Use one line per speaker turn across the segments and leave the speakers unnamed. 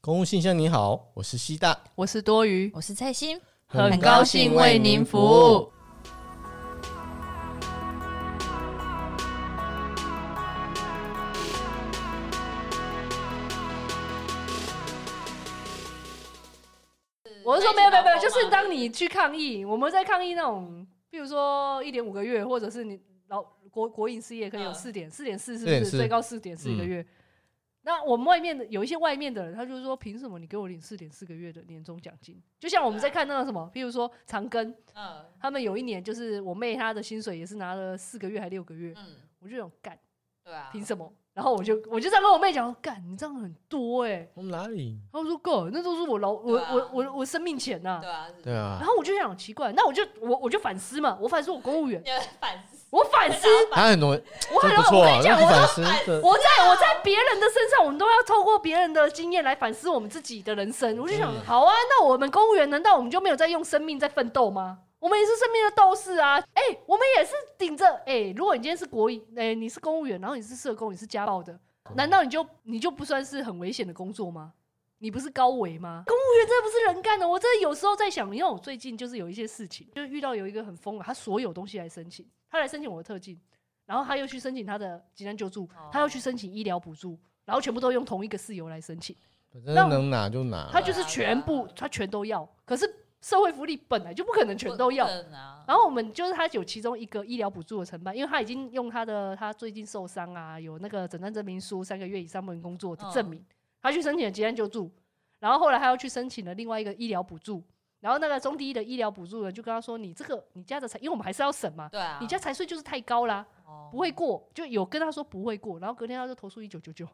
公务信箱，你好，我是西大，
我是多余，
我是蔡心，
很高兴为您服务。。我是说没有没有没有，就是当你去抗议，我们在抗议那种，比如说一点五个月，或者是你老国国营事业可能有
嗯
四点四点四，是不
4.4
是最高四点四个月？那我们外面的有一些外面的人，他就说凭什么你给我领四点四个月的年终奖金？就像我们在看那个什么，譬如说长庚，
嗯
他们有一年就是我妹她的薪水也是拿了四个月还六个月，
嗯，
我就想干
对啊，
凭什么？然后我就我就这样跟我妹讲，干你这样很多哎、欸，
我们哪里？
她就说够，那都是我劳我
对啊
我我我生命钱呐、
对啊，
对啊
然，后我就想奇怪，那我就我我就反思嘛，我反思我公务 员，
你反思，
我反思，
啊
他很 容易，
我很
这不
容易
错
我跟
啊，那
你讲，
你
我
反
都
思这
我在我在别人的身上，我们都要透过别人的经验来反思我们自己的人生。我就想
嗯，
好啊，那我们公务员难道我们就没有在用生命在奋斗吗？我们也是生命的斗士啊！哎、我们也是顶着哎，如果你今天是国营，哎、你是公务员，然后你是社工，你是家暴的，难道你就你就不算是很危险的工作吗？你不是高危吗？公务员真的不是人干的。我真的有时候在想，你看我最近就是有一些事情，就是遇到有一个很疯的，他所有东西来申请，他来申请我的特技，然后他又去申请他的急难救助
哦，
他又去申请医疗补助，然后全部都用同一个事由来申请，
反正能拿就拿啊
他
啦。
就是全部他全都要。可是社会福利本来就不可能全都要
不，可能啊，
然后我们就是他有其中一个医疗补助的承办，因为他已经用他的他最近受伤啊，有那个诊断证明书三个月以上不能工作的证明，他去申请了急难救助，然后后来他又去申请了另外一个医疗补助，然后那个中低的医疗补助人就跟他说，你这个你家的财，因为我们还是要审嘛，
对啊，
你家财税就是太高啦，
哦
不会，过，就有跟他说不会过，然后隔天他就投诉一九九九，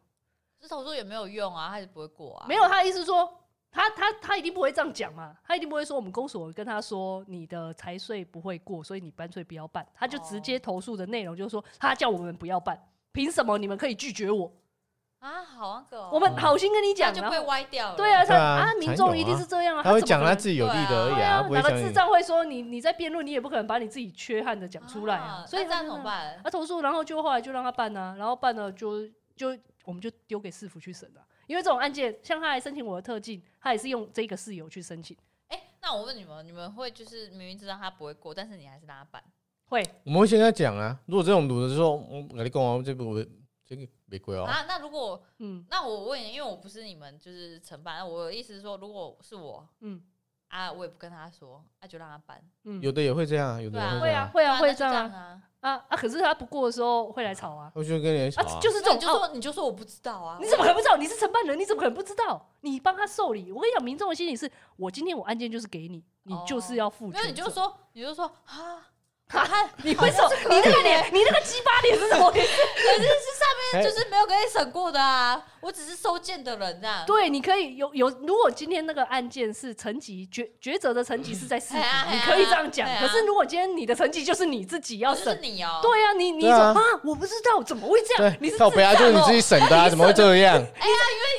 这投诉也没有用啊，还是不会过啊，
没有，他的意思说。他他他一定不会这样讲嘛，他一定不会说我们公所跟他说你的财税不会过，所以你干脆不要办。他就直接投诉的内容就是说，他叫我们不要办，嗯凭什么你们可以拒绝我？
啊，好那个哦，
我们好心跟你讲，
这
然
样就被
后
歪掉了，
对啊，
对
他
啊
啊，
才
民
有
众一定
啊
是这样啊，
他会
怎么
讲
可
他
能
自己有利的而已
对
啊，他
啊
不，会
哪
讲
个智
你。
障会说你你在辩论你也不可能把你自己缺憾的讲出来啊，所以
那
他
这样
就
怎么办？
啊他投诉，然后就后来就让他办啊，然后办了就就我们就丢给市府去审了、啊因为这种案件，像他来申请我的特进，他也是用这个事由去申请，
哎，那我问你们，你们会就是明明知道他不会过，但是你还是让他办，
会
我们会先跟他讲啊，如果这种赌的时候，我跟你讲哦，这不这个没贵哦，
啊，那如果
嗯
那我问你，因为我不是你们就是承办，我的意思是说，如果是我
嗯
啊，我也不跟他说，那、就让他办，
嗯，
有的也会这样，有的也会
会
这
啊
样，
会
对
啊会
这
这样啊
啊，
啊啊！可是他不过的时候会来吵啊
我就跟人吵啊
啊，，就是
那
这种
你就
哦
说、你就说我不知道啊，
你怎么可能不知道？你是承办人，你怎么可能不知道？你帮他受理，我跟你讲，民众的心理是我今天我案件就是给你，你就是要负
哦没
全责。
有，你就说，你就说 啊，
哈
他
你为什么？你那个脸，你那个鸡巴脸是什么？
哎
就是没有跟你审过的啊，我只是收件的人这样。
对，你可以有有，如果今天那个案件是层级抉抉择的层级是在市府，
哎呀哎
你
呀
可以这样讲
哎。呀
可是如果今天你的成绩就是你自己要
哦，就是
审，
你哦、
对呀，你你
对
说
啊
啊，我不知道怎么会这样，你
对，
是
靠北啊，
智
就
障
是你
哦
自己审的啊，怎么会这样？
因为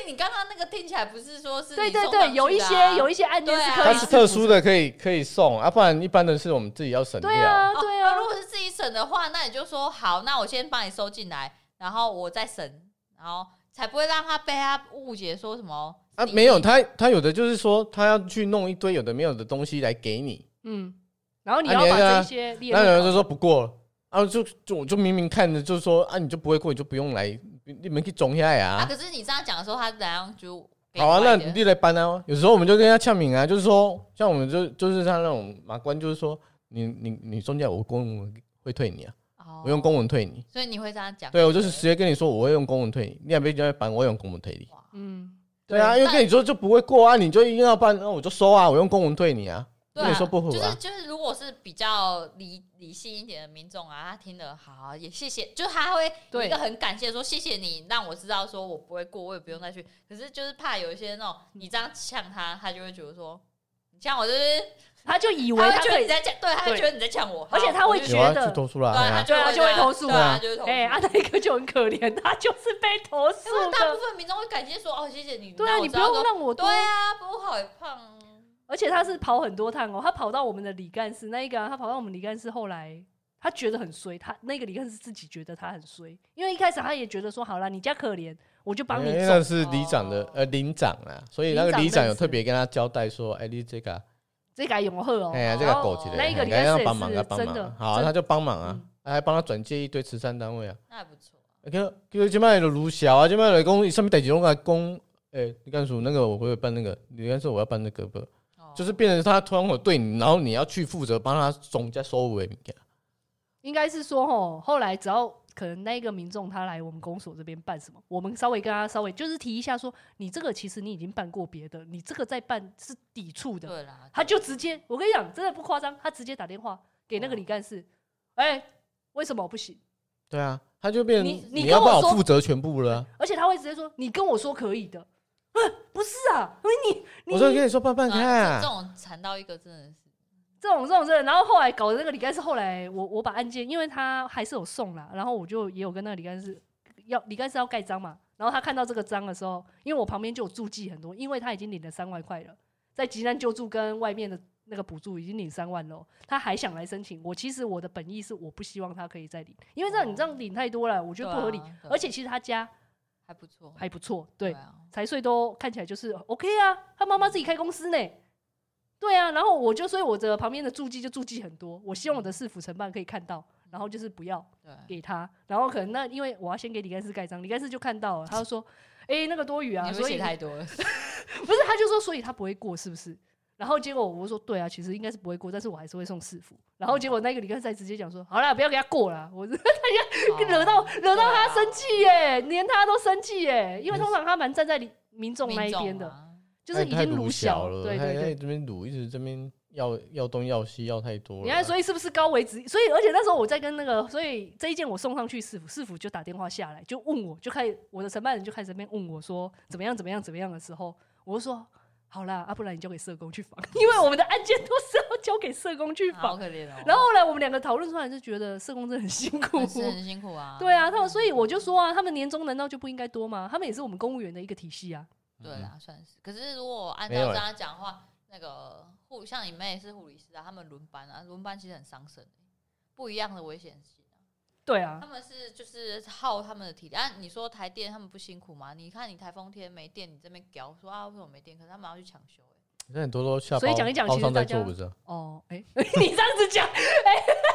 你刚刚那个听起来不是说是
对
你
对
送上
对，
去
有一
的啊
些有一些案件
对
是
啊
可
它
以
是
市
特
府
殊的，可以可以送啊，不然一般的是我们自己要审
对
掉。
啊
哦
对
那
啊
如，果是自己审的话，那你就说好，那我先帮你收进来，然后我再审，然后才不会让他被他误解说什么
啊，
你
没有，他他有的就是说，他要去弄一堆有的没有的东西来给你，
嗯，然后你
啊
要
你
把
那个
这些列
那有人
入
就
考
说不过了啊，就就我就明明看着就是说啊，你就不会过，你就不用来，你你们可以种下来
啊。
啊。
可是你这样讲的时候，他怎样就给
好啊，
你
那
歪的
你就来搬啊。有时候我们就跟他呛名啊，就是说，像我们就就是像那种马关，就是说你你你中间我公文会退你啊，
哦
我用公文退你。
所以你会这样讲？
对我就是直接跟你说我会用公文退你，你也别叫搬，我会用公文退你。
哇
嗯，
对啊，因为跟你说就不会过啊，你就一定要办，那我就收啊，我用公文退你啊。
对
跟你说不合啊
就是就是，如果是比较理理性一点的民众啊，他听得好，也谢谢，就是他会有
对
一个很感谢说谢谢你让我知道说我不会过，我也不用再去。可是就是怕有一些那种你这样呛他，他就会觉得说你呛我就是，
他就以
他
为
会
他
觉
可
得
以
你在呛，对，他会
对
觉得你在呛我，
而且他
好
会
我就
觉
有
得
啊，去投诉啦。
对
哎
啊，
呀
对啊
他
就会投诉
对啊，
啊
就是投诉。
哎，啊，那个就很可怜，他就是被投诉
因为大部
的。
分民众会感谢说哦，谢谢你，
对啊，
让我
你
知
不
道
用
说
让我多
对啊，不好也胖，
而且他是跑很多趟哦，他跑到我们的李干事那一个啊、他跑到我们李干事后来他觉得很衰，他那个李克是自己觉得他很衰，因为一开始他也觉得说，好了，你家可怜，我就帮你
因为
走
哎那是里长的
哦
呃领长啊，所以那个
里长
里长有
认识
特别跟他交代说，哎，你这个，
这个永和哦
哎，呀，这个
哦
狗之类的，
那一个
哎
里
赶紧
长
要
是
帮忙啊，帮
真的
忙，好啊，
真
他就帮忙啊
嗯，
还帮他转介一堆慈善单位啊。
那还不错。
叫叫即摆就如小啊，即摆来讲，上面代志拢甲讲，诶、你干叔那个我会办那个，你干叔我要办那个不，
哦
就是变成他突然我对你，然后你要去负责帮他总加收尾物件。
应该是说吼，后来只要可能那一个民众他来我们公所这边办什么，我们稍微跟他稍微就是提一下说，你这个其实你已经办过别的，你这个再办是抵触的，
对啦，
他就直接我跟你讲，真的不夸张，他直接打电话给
哦
那个李干事，哎、为什么不行？
对啊，他就变
你你
要
跟我
帮我
说
负责全部了啊、
而且他会直接说，你跟我说可以的，哼不是啊，你
我说跟你说办办看、
啊这这
啊，
种缠到一个真的是
这种这种这种，然后后来搞的那个李干事，后来我我把案件，因为他还是有送啦，然后我就也有跟那个李干事要李干事要盖章嘛，然后他看到这个章的时候，因为我旁边就有助记很多，因为他已经领了三万块了，在急难救助跟外面的那个补助已经领三万了，他还想来申请，我其实我的本意是我不希望他可以再领，因为这样你这样领太多了，我觉得不合理，
对啊对
而且其实他家
还不错，
还不错，对，
啊，
财税都看起来就是 OK 啊，他妈妈自己开公司呢。对啊，然后我就所以我的旁边的助记就助记很多，我希望我的市府承办可以看到，然后就是不要
对，
给他，然后可能那因为我要先给李干事盖章，李干事就看到了，他就说，哎、那个多余啊，
你
所
们
以
写太多了，
不是他就说，所以他不会过是不是？然后结果我说对啊，其实应该是不会过，但是我还是会送市府。然后结果那个李干事还直接讲说，好啦，不要给他过啦，我是
哦
惹到惹到
啊
他生气耶，连他都生气耶，因为通常他蛮站在民民众那一边
啊
的，就是已
哎太
经
鲁
撸
小
了，
了，哎
对
他
对
在
对。
这边鲁，一直这边要要东要西要太多了啊。
你看，所以是不是高维值？所以，而且那时候我在跟那个，所以这一件我送上去市府，市府就打电话下来，就问我，就开始我的承办人就开始那边问我说怎么样怎么样怎么样的时候，我就说好啦，啊，不然你交给社工去访， 因为我们的案件都是要交给社工去
啊好
访。
可怜哦。
然后后来我们两个讨论出来，就觉得社工真的很辛苦，
还是很辛苦啊，
对啊，他们所以我就说啊，他们年终难道就不应该多吗？他们也是我们公务员的一个体系啊。
对啦，算是。可是如果按
没有
照
欸
这样讲的话，那个护像你妹是护理师啊，他们轮班啊，轮班其实很伤身、欸不一样的危险性啊、
对啊
他，们是就是耗他们的体力。啊，你说台电他们不辛苦吗？你看你台风天没电，你这边屌说啊为什么没电？可是他们要去抢修、欸，
那很多都下包，
所以讲一讲
包
其实
上在
大家
做不是啊？
哦，哎、 你这样子讲，哎、哎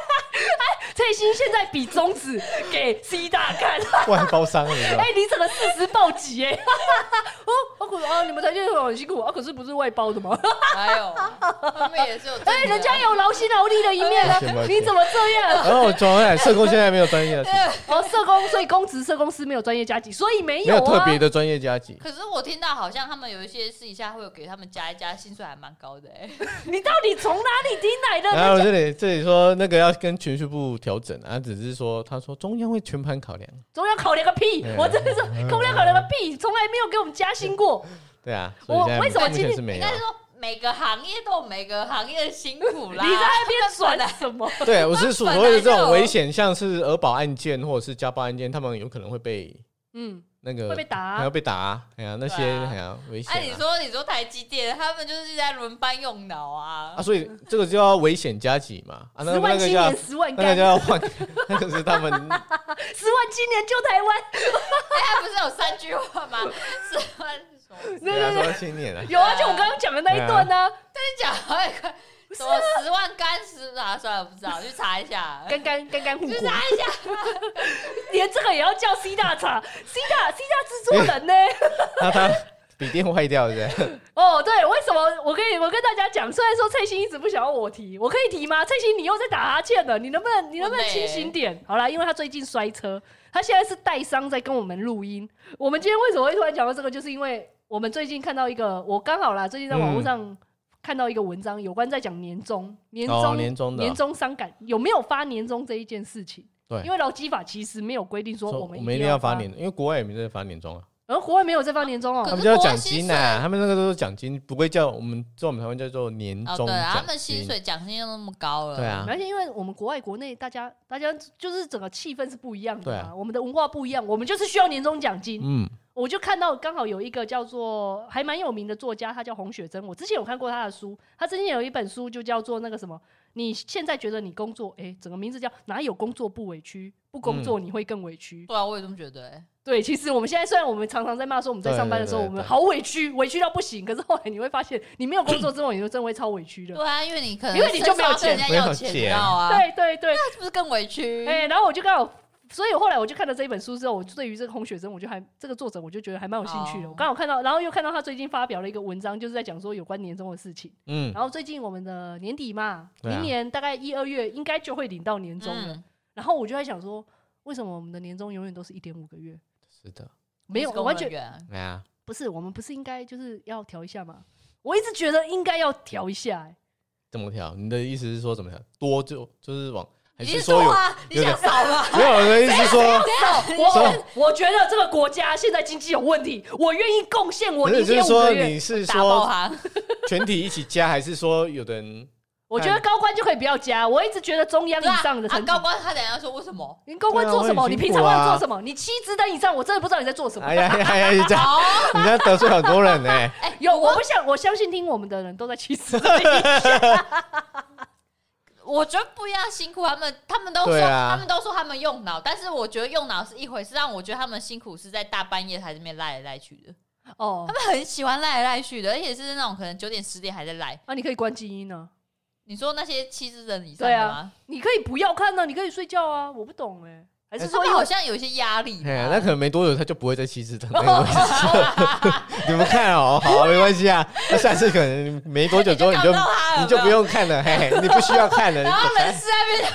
翠心现在比中指给 C 大 看，
外包商啊你知道
哎、？你整个事实暴击哎、 哦，啊可啊，你们台电很辛苦啊，可是不是外包的 吗？
还有哎他们也 是有
哎、人家有劳心劳力的一面啊
抱歉抱，歉
你怎么这样？
然后我转回来，社工现在没有专 业的，
哦，社工，所以公职社工师没有专业加级，所以没
没有特
啊。
别的专业加级。
可是我听到好像他们有一些私底下会有给他们加一加，薪水还蛮高的、欸，
你到底从哪里听来的？
然后这里这里说那个要跟全序部调整啊，只是说他说中央会全盘考量，
中央考量个屁！
对
我真的是中央考量个屁，从来没有给我们加薪过。
对啊，所以
我
现在
为什么
目
今
前
天
是没
应
有啊
该？是说每个行业都有每个行业的辛 苦
你
啦。
在那边转什么？
对，啊我是所
啊
谓的这
本来
种
就
危险，像是儿保案件或者是家暴案件，他们有可能会被
嗯，
那
会
个
被打啊
还要被打啊，哎呀那些
对啊
哎呀危
哎、你
险啊
说你说台积电，他们就是在轮班用脑啊，
啊，所以这个就要危险加级嘛啊，那
十
那
万
个
青
叫
年，十万
那个
干
就。要换， 那个是他们
十万青年救台湾，
他不是有三句话吗？是吗？是什么？跟
对啊，说青年啊，
有啊，就我刚刚讲的那一段
啊
呢、
你讲好几个，什么十万干十啊？算了，不知道，去查一下。
干干干干护
去
国，
查一下，
连这个也要叫 C 大厂，C 大 C 大制作人呢？
那他笔电坏掉是不是？
哦，对，为什么我跟你我跟大家讲，虽然说翠心一直不想要我提，我可以提吗？翠心，你又在打哈欠了，你能不
哦
能你能不能
我累
清醒点？好啦，因为他最近摔车，他现在是带伤在跟我们录音。我们今天为什么会突然讲到这个，就是因为我们最近看到一个，我刚好啦，最近在网络上看到一个文章，有关在讲年终年终、
嗯哦年终的
年终伤感有没有发年终这一件事情。
对
因为劳基法其实没有规定说
说
我
我
们
们一定要发年，，因为国外也没在发年终啊。
而国外没有在发年终哦、
他
可是
们叫
国外
奖
薪
金呐、啊
水
他们那个都是奖金，不会叫我们，在我们台湾叫做年
哦，
终
对啊，他
奖
们薪
金。
水奖金又那么高了，
对啊
而且因为我们国外国内大家大家就是整个气氛是不一样的
对
嘛，
啊
我们的文化不一样，我们就是需要年终奖金。
嗯，
我就看到刚好有一个叫做还蛮有名的作家，他叫洪雪珍。我之前有看过他的书，他之前有一本书就叫做那个什么，你现在觉得你工作，诶，整个名字叫哪有工作不委屈，不工作
嗯
你会更委屈。
对啊，我也这么觉得、欸。
对，其实我们现在虽然我们常常在骂说我们在上班的时候
对
我
对对
们好委屈，委屈到不行，可是后来你会发现，你没有工作之后，你就真的会超委屈的。
对啊，因为你可能
因为你就没有
甚至要跟人家要
钱
钱，
没有
你知道啊，
对对对，
那是不是更委屈？
哎、然后我就刚好，所以我后来我就看了这一本书之后，我对于这个洪雪珍，我就还这个作者，我就觉得还蛮有兴趣的。
哦
我刚好看到，然后又看到他最近发表了一个文章，就是在讲说有关年终的事情。
嗯，
然后最近我们的年底嘛，
对啊
明年大概一二月应该就会领到年终了。
嗯，
然后我就在想说，为什么我们的年终永远都是一点五个月？
是的，
没有，
不是公
我完
务
全
人员
哎呀，
不是，我们不是应该就是要调一下吗？我一直觉得应该要调一下、 哎
怎么调？你的意思是说怎么调？多就就是往，还
你
是
是
说
多
有？
啊？你想少吗？
没有我的意思说，
我我觉得这个国家现在经济有问题，我愿意贡献我
不
一
是，就是
点五个
说
月。
你 是
打爆啊
说
他，
全体一起加，还是说有的人
我觉得高官就可以不要加，我一直觉得中央
对啊
以上的
啊
层级
高，官他等一下说为什 么？
你高官做什
对啊
么？
我
你
也
平
听
常
过啊
要做什么？你七职等以上，我真的不知道你在做什么
哎。呀哎呀哎呀，你这样你这样得罪很多人呢、
哎，
有，我
我
不想，我相信听我们的人都在七职。
我觉得不一样，辛苦他们，他们都说
对啊
他们都说他们用脑，但是我觉得用脑是一回事，让我觉得他们辛苦是在大半夜还是面赖来赖去的，
哦
他，们很喜欢赖来赖去的，而且是那种可能九点十点还在赖。
啊，你可以关静音呢，
你说那些七十人以上
对
的
啊
吗？
你可以不要看呢，你可以睡觉啊，我不懂哎，还是
他
说
们
因
好
为
像有一些压力吧
哎呀，那可能没多久他就不会再妻子 的那哎个位置你们看哦，好，没关系啊。那下次可能没多久之后你就
你就看不到他了
你就不用看了，嘿，你不需要看了。
然
啊
后他们
你
是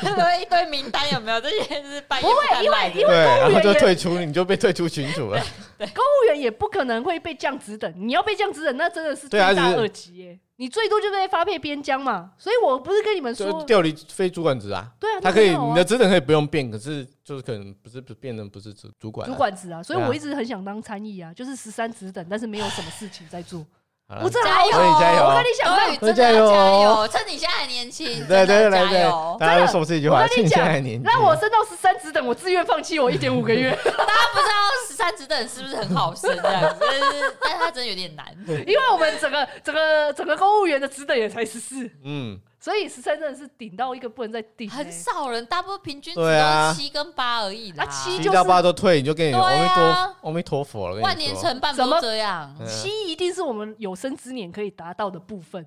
那边 有一堆名单，有没有？这些就是半夜
不会
敢
因为
赖的
因
对，
为公务
然后
员
就
也
退出，你就被退出群组 了。
公务员也不可能会被降职等，你要被降职等，那真的是罪
对啊
大
只是
恶极哎，你最多就被发配边疆嘛。所以我不是跟你们
就
说，
调离非主管职啊。
对啊，
他
那
可以，
没有啊
你的职能可以不用变，可是就是可能不是不变成不是主主管啊。
主管职啊，所以
对啊
我一直很想当参议啊，就是十三职等，但是没有什么事情在做。
好
我
了，
真的
加
好
油！
所以啊加油哦
我跟你讲到
小雨真的要加油！趁你现在还年轻，
哎对对
真的
对
加
对
油，！
大家都说这句
我
话，
跟
趁
你
你现
讲
在年纪，
让我升到十三职等，我自愿放弃我一点五个月，
大家不知道十三职等是不是很好升 这样子，但是但是它真的有点难。
因为我们整个整个整个公务员的职等也才十四，
嗯，
所以十三真的是顶到一个不能再顶、
很
欸。
少人，大部分平均值
对啊
都七跟八而已啦。
啊
七
七就是
到八都退，你就跟你
对啊
阿弥陀阿弥陀佛了，跟你说
万年承办不
怎么
都这样？
嗯
七一定是我们有生之年可以达到的部分。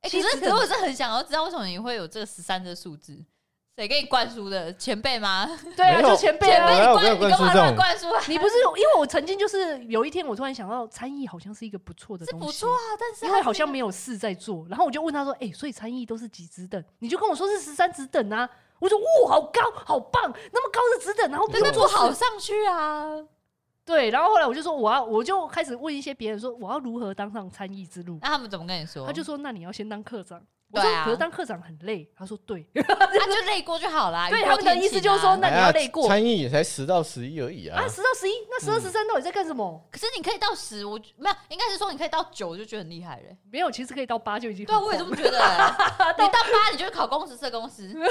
哎，
七
可
职
是可
等
是我是很想要知道为什么你会有这个十三的数字，谁给你灌输的？前辈吗？
对啊，
没有
就前辈
对
前
啊
我
辈，
没有
你
没有
灌，你
灌输
干嘛
这
乱
种
灌输啊？
你不是因为我曾经就是有一天我突然想到参议好像是一个不错的
是
东西，
不错啊，但是
因
它
为
是
好像没有事在做，然后我就问他说：“哎、所以参议都是几职等？”你就跟我说是十三职等啊。我说：“哇，好高，好棒，那么高的职等，然后
对
真
真
的
的
做
不
好
好上去啊。
对。”然后后来我就说：“我要，我就开始问一些别人说我要如何当上参议之路。
那他们怎么跟你”说？
他就说：“那你要先当科长。”我
哦对
说：“
啊
可是当科长很累。”他说：“对，
他就累过就好啦。
对
雨
他
过
们的
天
意思
晴
就是说
啊
那你要累过
参议也哎才十到十一而已啊
啊，。十到十一，那十二
嗯
十三到底在干什么？
可是你可以到十，我没有，应该是说你可以到九就觉得很厉害了欸。
没有，其实可以到八就已经
对啊，
很
我也这
棒
么觉得欸。 你到八，你就会考公职、社公司。啊但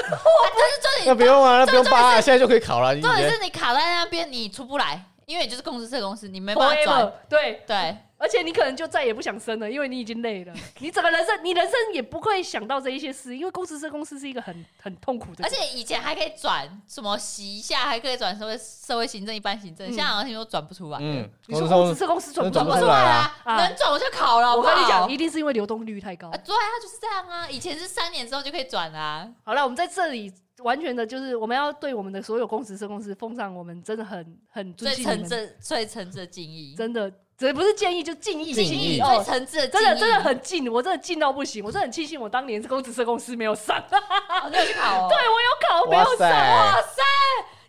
那
是重
不
点，
用啊，那不用八啊，现在就可以考了。你
重点
你
是你卡在那边，你出不来，因为你就是公职、社公司，你没办法转。
forever 对，
对，
而且你可能就再也不想生了，因为你已经累了。你整个人生，你人生也不会想到这一些事，因为公司社公司是一个很很痛苦的
而。且以前还可以转什么洗一下，还可以转社会社会行政、一般行政，
嗯
现在好像听说转不出来，
嗯，
你说
公
公
司
司社公司转不
转
转
不
不出
出来
来
啊
啦。
啊
能转我就考了。好
我
不
跟你
好
讲，一定是因为流动率太高
啊，。对啊，就是这样啊。以前是三年之后就可以转啊。
好了，我们在这里完全的就是我们要对我们的所有公司社公司奉上我们真的很很尊敬你
最诚
们，
挚、最诚挚的敬意，
真的这不是建议就敬意，
敬意
敬
意
哦
最。诚挚的敬
真
意，
的真的很敬，我真的敬到不行，我真的很庆幸我当年是公职社公司没有上， 对
哦，你有去考哦。
我有考没有上，
塞，
塞！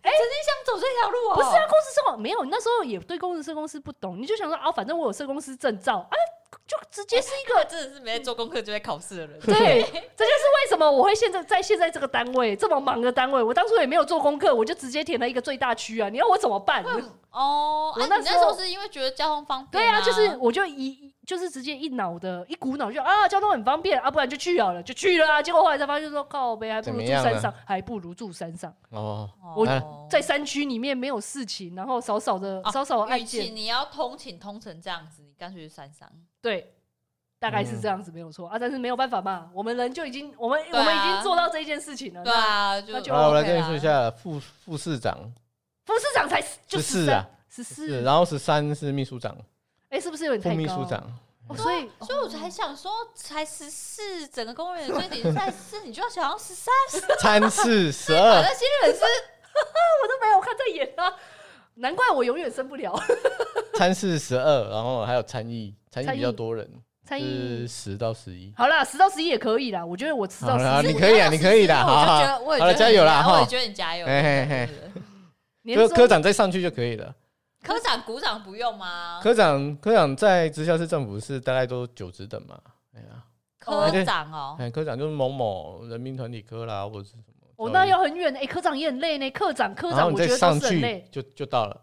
哎，曾经想走这条路哦
不是啊，公司社公没有，那时候也对公司社公司不懂，你就想说啊，反正我有社公司证照，啊，就直接是一个
他真的是没在做功课就在考 试的人。
对，这就是为什么我会现在在现在这个单位这么忙的单位，我当初也没有做功课，我就直接填了一个最大区啊！你要我怎么办？
哦，
我
啊，
那
你那
时
时
候
候是因为觉得交通方便、
对
啊，
啊，就是我就一就是直接一脑的一股脑就啊，交通很方便啊，不然就去好了，就去了啊。结果后来才发现说，靠呗，还不如
怎
住
么样啊
山上，还不如住山上，
哦，
哦
我在
预
山区里面没有事情，然后少少的
啊
少少的案
期
件，
你要通勤通成这样子，你干脆去山上。
对。大概是这样子，没有错啊，但是没有办法嘛，我们人就已经，我们、
对
我
啊
们已经做到这一件事情了。
对啊，就
那就
然后我来
OK
跟你
啦
说一，下，副副市长
那副市长才就
14啊，
十四
是，，然后十三是秘书长、
哎、是不是有点
副
太高？
秘书长，
哦，所以
所以我才想说，才十四，整个公务员最底在四，你就要想要十三，
参事十
反
二，
正新人是
我都没有看在眼啊，难怪我永远升不了。
参事十二，然后还有参议，参议
参议
比较多人，
参
是
议
十到十一。
好啦，十到十一也可以啦，我觉得我十
好
到十
啦，
一
你可以啊，你可以的，好好
我就觉得
好
我也
好了，
觉得
加油啦
你我也
哈！
觉得你加油。
嘿嘿嘿
对对对
年
科
终
科长再上去就可以了。
科长鼓掌不用吗？
科长科长在直辖市政府是大概都九职等嘛，哎呀，
科长哦，
哎，科长就是某某人民团体科啦，或者是什么。
哦，
教
那
育
要很远哎、科长也很累呢、科长科
然
长
后
我
你
觉
再
得
上
都是很
去
累，
就就到了。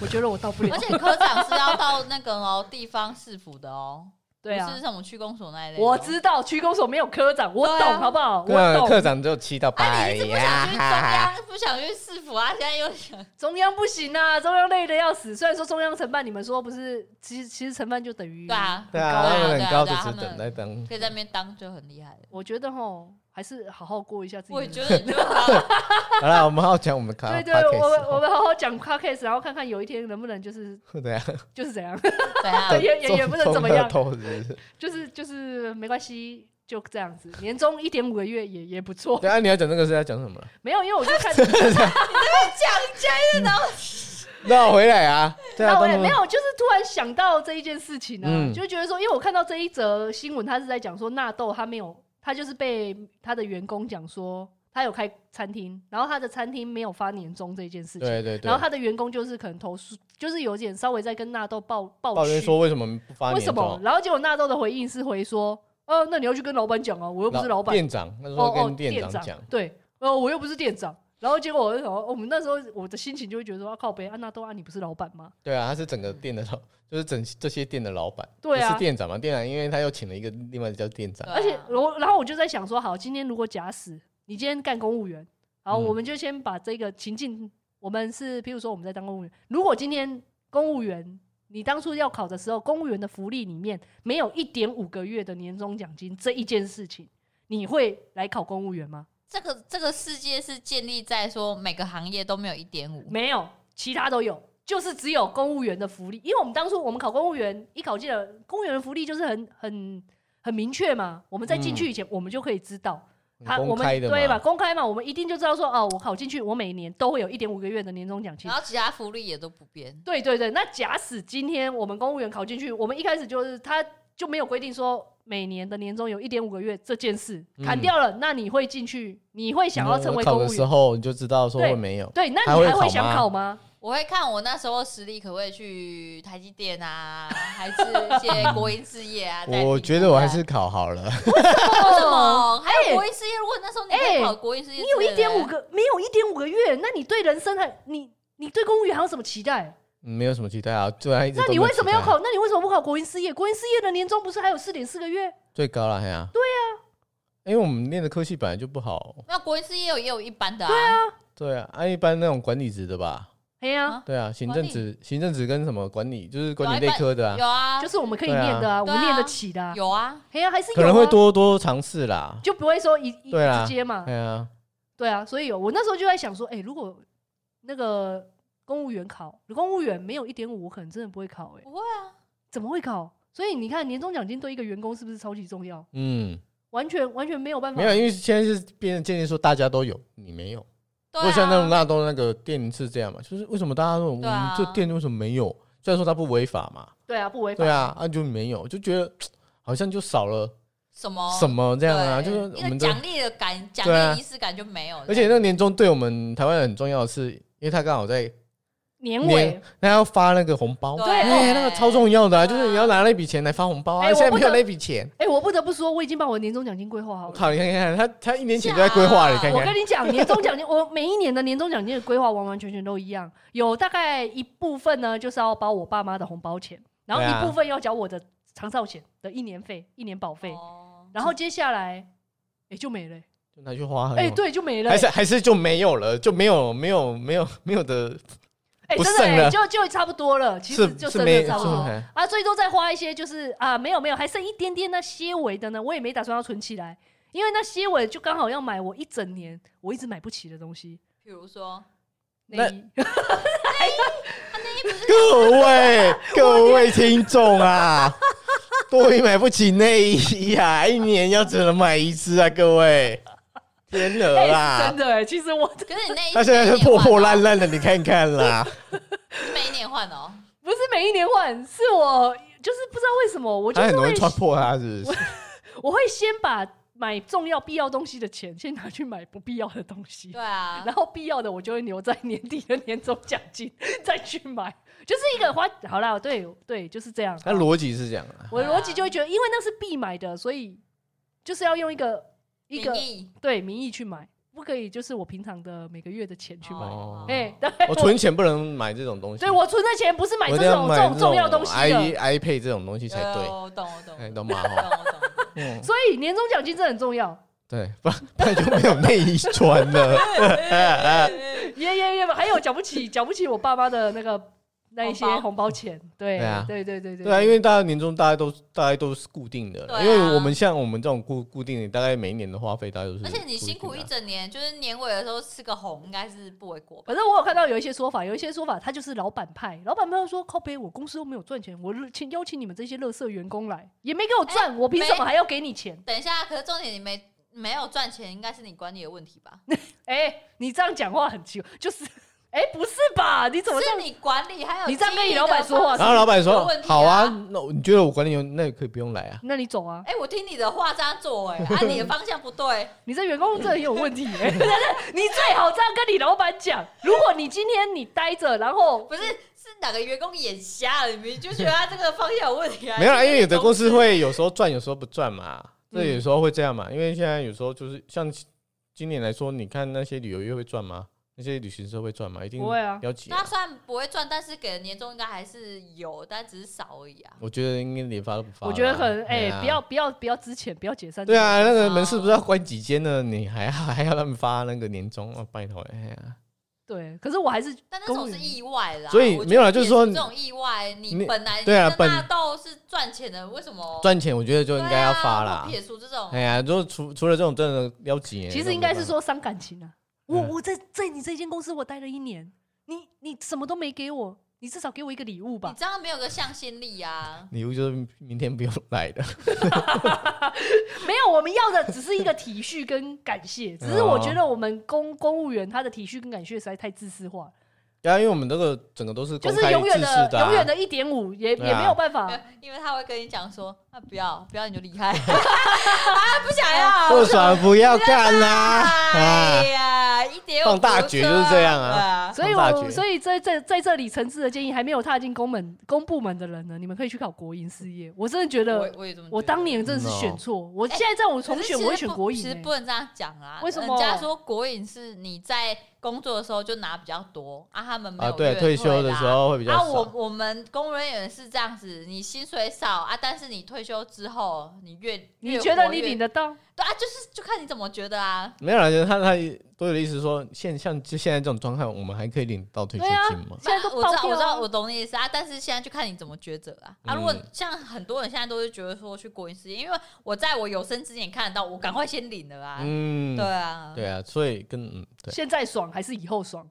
我觉得我到不
而
了。
且科长是要到那个哦地方市府的哦，
对
不
啊
是，什么区公所那一类的哦。
我知道区公所没有科长，我
对
懂
啊
好不好？
科长
我
科
懂，
长只有七到八
啊，
而
你一直
已
不想去中
啊，
央，不想去市府啊，现在又想
中央不行啊，中央累的要死。虽然说中央承办，你们说不是，其实其实承办就等于
对啊，
对
高
啊，
啊
他们
对啊
很高
对
的
啊
职
他
等
们
在当。
可以在那边当就很厉害了。
我觉得吼，还是好好过一下自己的
我
人
也
生。
觉得你就
啊
好，
好啦，我们好好讲我们卡
对对，我们
卡
我们好好讲 podcast，然后看看有一天能不能就是
对对啊，
就是怎样，
对啊，
也也也不能怎么样
中中和透是不是
就是就是没关系，就这样子，年终一点五个月也也不错。
对啊，你要讲这个是要讲什么了？
没有，因为我就看，
讲讲
绕回来 啊， 对啊，
那我也
当然
没有，就是突然想到这一件事情呢、啊
嗯
就觉得说，因为我看到这一则新闻，他是在讲说纳豆他没有，他就是被他的员工讲说他有开餐厅，然后他的餐厅没有发年终这一件事情。
对对对
然后。他的员工就是可能投诉，就是有点稍微在跟纳豆抱抱
抱怨
屈
说为什么不发
为
年
什
终？
么？然后结果纳豆的回应是回说，呃，那你要去跟老板讲啊，我又不是老板，
店长那时
哦
候
哦
跟，店长讲，
对，呃，我又不是店长。然后结果我就想说，哦我们那时候我的心情就会觉得说，啊、靠北，安纳豆啊，你不是老板吗？
对啊，他是整个店的老， 就是整这些店的老板，
对啊
不是店长嘛，店长因为他又请了一个另外叫店长
对，啊
而且我，然后我就在想说，好，今天如果假使你今天干公务员，好，
嗯
我们就先把这个情境，我们是，譬如说我们在当公务员，如果今天公务员。你当初要考的时候，公务员的福利里面没有一点五个月的年终奖金这一件事情，你会来考公务员吗？
这个这个世界是建立在说每个行业都没有一点五，
没有，其他都有，就是只有公务员的福利。因为我们当初我们考公务员，一考进了公务员的福利就是很很很明确嘛。我们在进去以前，我们就可以知道他、
很嗯
我
公
们
开的
对吧？
嘛，
公开嘛，我们一定就知道说哦，我考进去，我每年都会有一点五个月的年终奖金
啊
然。后其他福利也都不变。
对对对，那假使今天我们公务员考进去，我们一开始就是他就没有规定说每年的年终有一点五个月这件事砍
嗯
掉了，那你会进去，你会想要成为
考
公
的
务
时
员？
候你就知道说
对
会没有，
对，那
还
你
会
还会
考
想
吗
考吗？
我会看我那时候实力可不可以去台积电啊， 还是一些国营事 业啊。在
我
评
觉
估
得我还
啊
是考好了，
为什么？还
哎
有国营事业，如果那时候你可以考国营事业
你
之
有
类
一
的，
点五个，没有一点五个月，那你对人生还你你对公务员还有什么期待？
嗯没有什么期待啊，虽然一直
那
都
你
没有
为什么
期
要
待
考？那你为什么不考国营事业？国营事业的年终不是还有四点四个月？
最高了？哎呀，对
啊
呀，因为我们念的科系本来就不好，
那国营事业有也有一般的对啊，
对啊，按一般那种管理职的吧，
哎呀
啊，
对啊，行
管
政
理
职、行政职跟什么管理，就是
有
管
啊
理
一
类
般
科的啊，
有啊，
就是我们可以
对啊
念的啊，我
对
们
啊
念得起的啊。
有啊，
哎呀，还是有啊
可能会，多多尝试啦，
就不会说一一
对啊
直接嘛
哎。呀，
对啊，所以有我那时候就在想说，哎，如果那个公务员考公务员没有一点五，我可能真的不会考，哎，
不会啊，
怎么会考？所以你看，年终奖金对一个员工是不是超级重要？
嗯。
完全完全没有办 法
没有，因为现在是变成建议说大家都有，你没有。
对
如果像那
啊
种纳豆那个店是这样嘛，就是为什么大家都有我们
对啊
这店为什么没有？虽然说它不违法嘛，
对啊，不违法
对。啊，啊就没有，就觉得好像就少了
什么
什么这样啊，就
哦对
是
那
我
个
们的，
奖励的感，奖
对啊
励仪式感就没有了。
而且那个年终对我们台湾人很重要的是，因为它刚好在
年
年
尾，
那要发那个红包，
对啊
哎，那个超重要的啊，
对
就
啊
是你要拿那笔钱来发红包啊，
哎我
现在没有
不得
那笔钱，
哎、我不得不说，我已经把我年终奖金规划
我
好了。
靠，你看看他，他一年前就在规划了，你看
啊我
看
跟，你讲，年终奖金，我每一年的年终奖金的规划完完全全都一样，有大概一部分呢，就是要包我爸妈的红包钱，然后
对啊
一部分要缴我的长照险的一年费、一年保费，
哦
然后接下来也就没了、
就拿去花很
哎、
有，
对，就没了、
还是还是就没有了，就没有没有没有没有的，
哎、
不
真的、
剩
哎
了
就就差不多了，其
是
实就是真
没
的
是
差不多。
还
啊，最多再花一些，就是啊，没有没有，还剩一点点那些尾的呢，我也没打算要存起来，因为那些尾就刚好要买我一整年我一直买不起的东西。
比 如说，
那
内衣
各位各位听众 啊，多余买不起内衣啊，一年要只能买一次啊，各位，天
哎
鹅啦
真，的哎、其实我
可是你那一
他现在是破破烂，烂的，你看看啦，
哦是每一年换哦。
不是每一年换，是我就是不知道为什么，我就
他很
是
容
会
易穿破它，是不是？
我会先把买重要必要东西的钱先拿去买不必要的东西
对，啊，
然后必要的我就会留在年底的年终奖金再去买，就是一个花好啦，对对，就是这样。
他逻辑是这样啊，
我的逻辑就会觉得，因为那是必买的，所以就是要用一个一个
名义
对名义去买，不可以就是我平常的每个月的钱去买。
哦
哎、对，
我存钱不能买这种东西，
所以我存的钱不是买
我
这
一定要
种
买
这种重要东西
i
的，
iPad 这种东西才
有
对
有，我懂我懂，
哎，
我
懂吗？
懂
哈
我 懂。我懂
嗯，
所以年终奖金真的很重要。
对，不然不然就没有内衣穿 了。
耶耶耶！还有缴不起缴不起我爸妈的那个那一些
红包
红包钱，对
对啊
对对对对
对啊，因为大家年终大家都大概都是固定的
对
啦，
啊
因为我们像我们这种固固定的，大概每一年的花费大概都是固
而
定的。
且你辛苦一整年，就是年尾的时候吃个红，应该是不为过吧？
反正我有看到有一些说法，有一些说法他就是老板派，老板派说靠背，我公司又没有赚钱，我请邀请你们这些乐色员工来，也没给我赚，我凭什么还要给你钱？
等一下，可是重点你没没有赚钱，应该是你管理的问题吧？
哎、你这样讲话很奇怪，就是哎、不是吧？你怎么这
是
样？
你管理还有
你这样跟你
经营的
老板说话
方式
然后老板
有
说
问：“题
好啊，那我你觉得我管理员那也可以不用来啊。
那你走啊！
哎、我听你的话这样 做、哎，按你的方向不对，
你这员工真的很有问题、哎 但是你最好这样跟你老板讲。如果你今天你待着，然后
不是是哪个员工眼瞎了，你们就觉得他这个方向有问题啊？”
没有啦，因为有的公
司
司会有时候赚，有时候不赚嘛，这
嗯
有时候会这样嘛。因为现在有时候就是像今年来说，你看那些旅游业会赚吗？那些旅行社会赚吗？一定
不会啊
要挤啊
那。虽然不会赚，但是给的年终应该还是有，但只是少而已啊。
我觉得应该连发都不发了。
我觉得很
对
哎、
啊
不要不要不要之前不要解散。
对啊，那个门市不是要关几间呢？你还还要他们发那个年终啊？拜托，哎呀。
对，可是我还是
但那种
公
是
允
意外啦，
所以
我觉得
没有啦
也
就是说
这种意外，
你
你本来
对啊
跟
本
纳豆是赚钱的，为什么
赚钱，我觉得就应该要发啦。
对啊我撇除这种
哎，呀，就除除了这种真的要几年，
其实应该是说伤感情啊。我
嗯
我在在你这间公司我待了一年，你你什么都没给我，你至少给我一个礼物
你
吧。
这样没有个向心力啊。
礼物就是明天不用来的，
没有，我们要的只是一个体恤跟感
哦
谢。只是我觉得我们公公务员他的体恤跟感谢实在太自私化了，
对啊，因为我们这个整个都是
就
公
是
开
永远
制式
的永远
啊，
的一点五也也
对啊
没有办法
没有。因为他会跟你讲说，啊不要不要你就离开， 啊不想要，
不爽不要干啦啊
哎！呀，一点
放大决就是这样啊
对 啊，
所以
大
我
绝
所以在在在这里诚挚的建议，还没有踏进公门公部门的人呢，你们可以去考国营事业。我真的觉得
我我也这么觉得，
我当年真的是
嗯哦
选错，我现在在我重选我会选国营
其
欸、
实不能这样讲啊。
为什么
人家说国营是你在工作的时候就拿比较多啊，他们没
啊，
有
对，
月
退休的
啦
时。候会比较
啊，我
少，
我们公务人员是这样子，你薪水少啊，但是你退休之后，你越
你觉得你领
领
得到？
对啊，就是就看你怎么觉得啊。
没有人他他都有的意思说，现像就现在这种状态，我们还可以领到退休金吗？
现在都
我知
爆
道，
掉啊
我知道，我懂你意思啊。但是现在就看你怎么抉择啊。啊，
嗯
如果像很多人现在都是觉得说去国营事业，因为我在我有生之年看得到，我赶快先领了啊。
嗯
对，啊，
对啊，所以跟嗯对，
现在爽还是以后爽？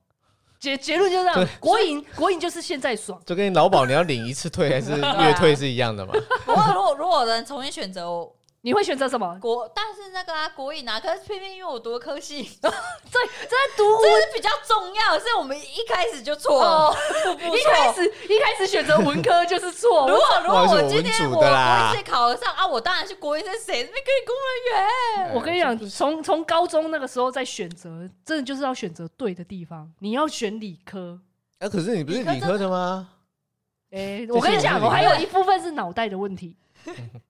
结结论就是这样，国营国营就是现在爽。
就跟劳保你要领一次退还是月退是一样 的嘛？
不过如果如果有人重新选择我
你会选择什么？
国，但是那个啊国营啊，可是偏偏因为我读的科系，
这这读
这是比较重要的，是我们一开始就错了
哦，，
不不
一
错
开始一开始选择文科就是错。
如
我
果如果
不好意思
我今
我
天
文
我
组的啦
国营是考得上啊，我当然去国营，是谁？那边跟你公务人员，
我跟你讲，从从高中那个时候再选择，真的就是要选择对的地方。你要选理科，
啊，可是你不是理科的吗？
哎、
这
我跟你
是我
讲，
们
我
理
还
科
有一部分是脑袋的问 题，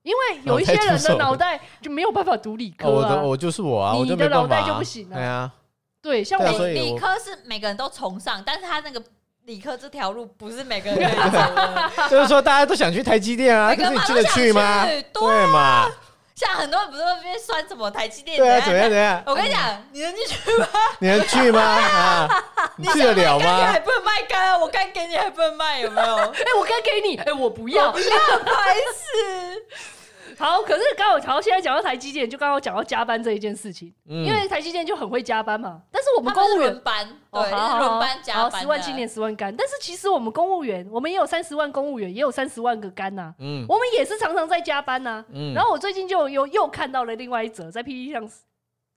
因为有一些人的脑袋就没有办法读理
哦，
科
我
啊。
的我就是我啊，我
你
就
的
没
脑
办法
袋
啊，
就不行啊
对 啊，
对，像
对啊
我
所以
理
我
科是每个人都崇尚，但是他那个理科这条路不是每个 人可以走的，
就是说大家都想去台积电啊，
每
可
个
是你
人马
进得
上想
去吗？
啊
对，
对嘛？
像很多人不是那边酸什么台积电
对啊，怎么样？怎么 样？
我跟你讲，你能进去
你能去吗？ 啊，你去得了
干你
吗
还？不能卖干，我干给你还不能卖，有 没有？
哎、我该给你，哎、我不要。
哦
白痴！
好，可是刚好好，现在讲到台积电，就刚好讲到加班这一件事情，
嗯
因为台积电就很会加班嘛。但是我
我
们公务员
轮班，
哦
对，
好
是
好
轮
好
班加
好
班，
十万青年。十万干。但是其实我们公务员，我们也有三十万公务员，也有三十万个干呐、
嗯
我们也是常常在加班呐、
嗯
然后我最近就又又看到了另外一则在 PPT 上，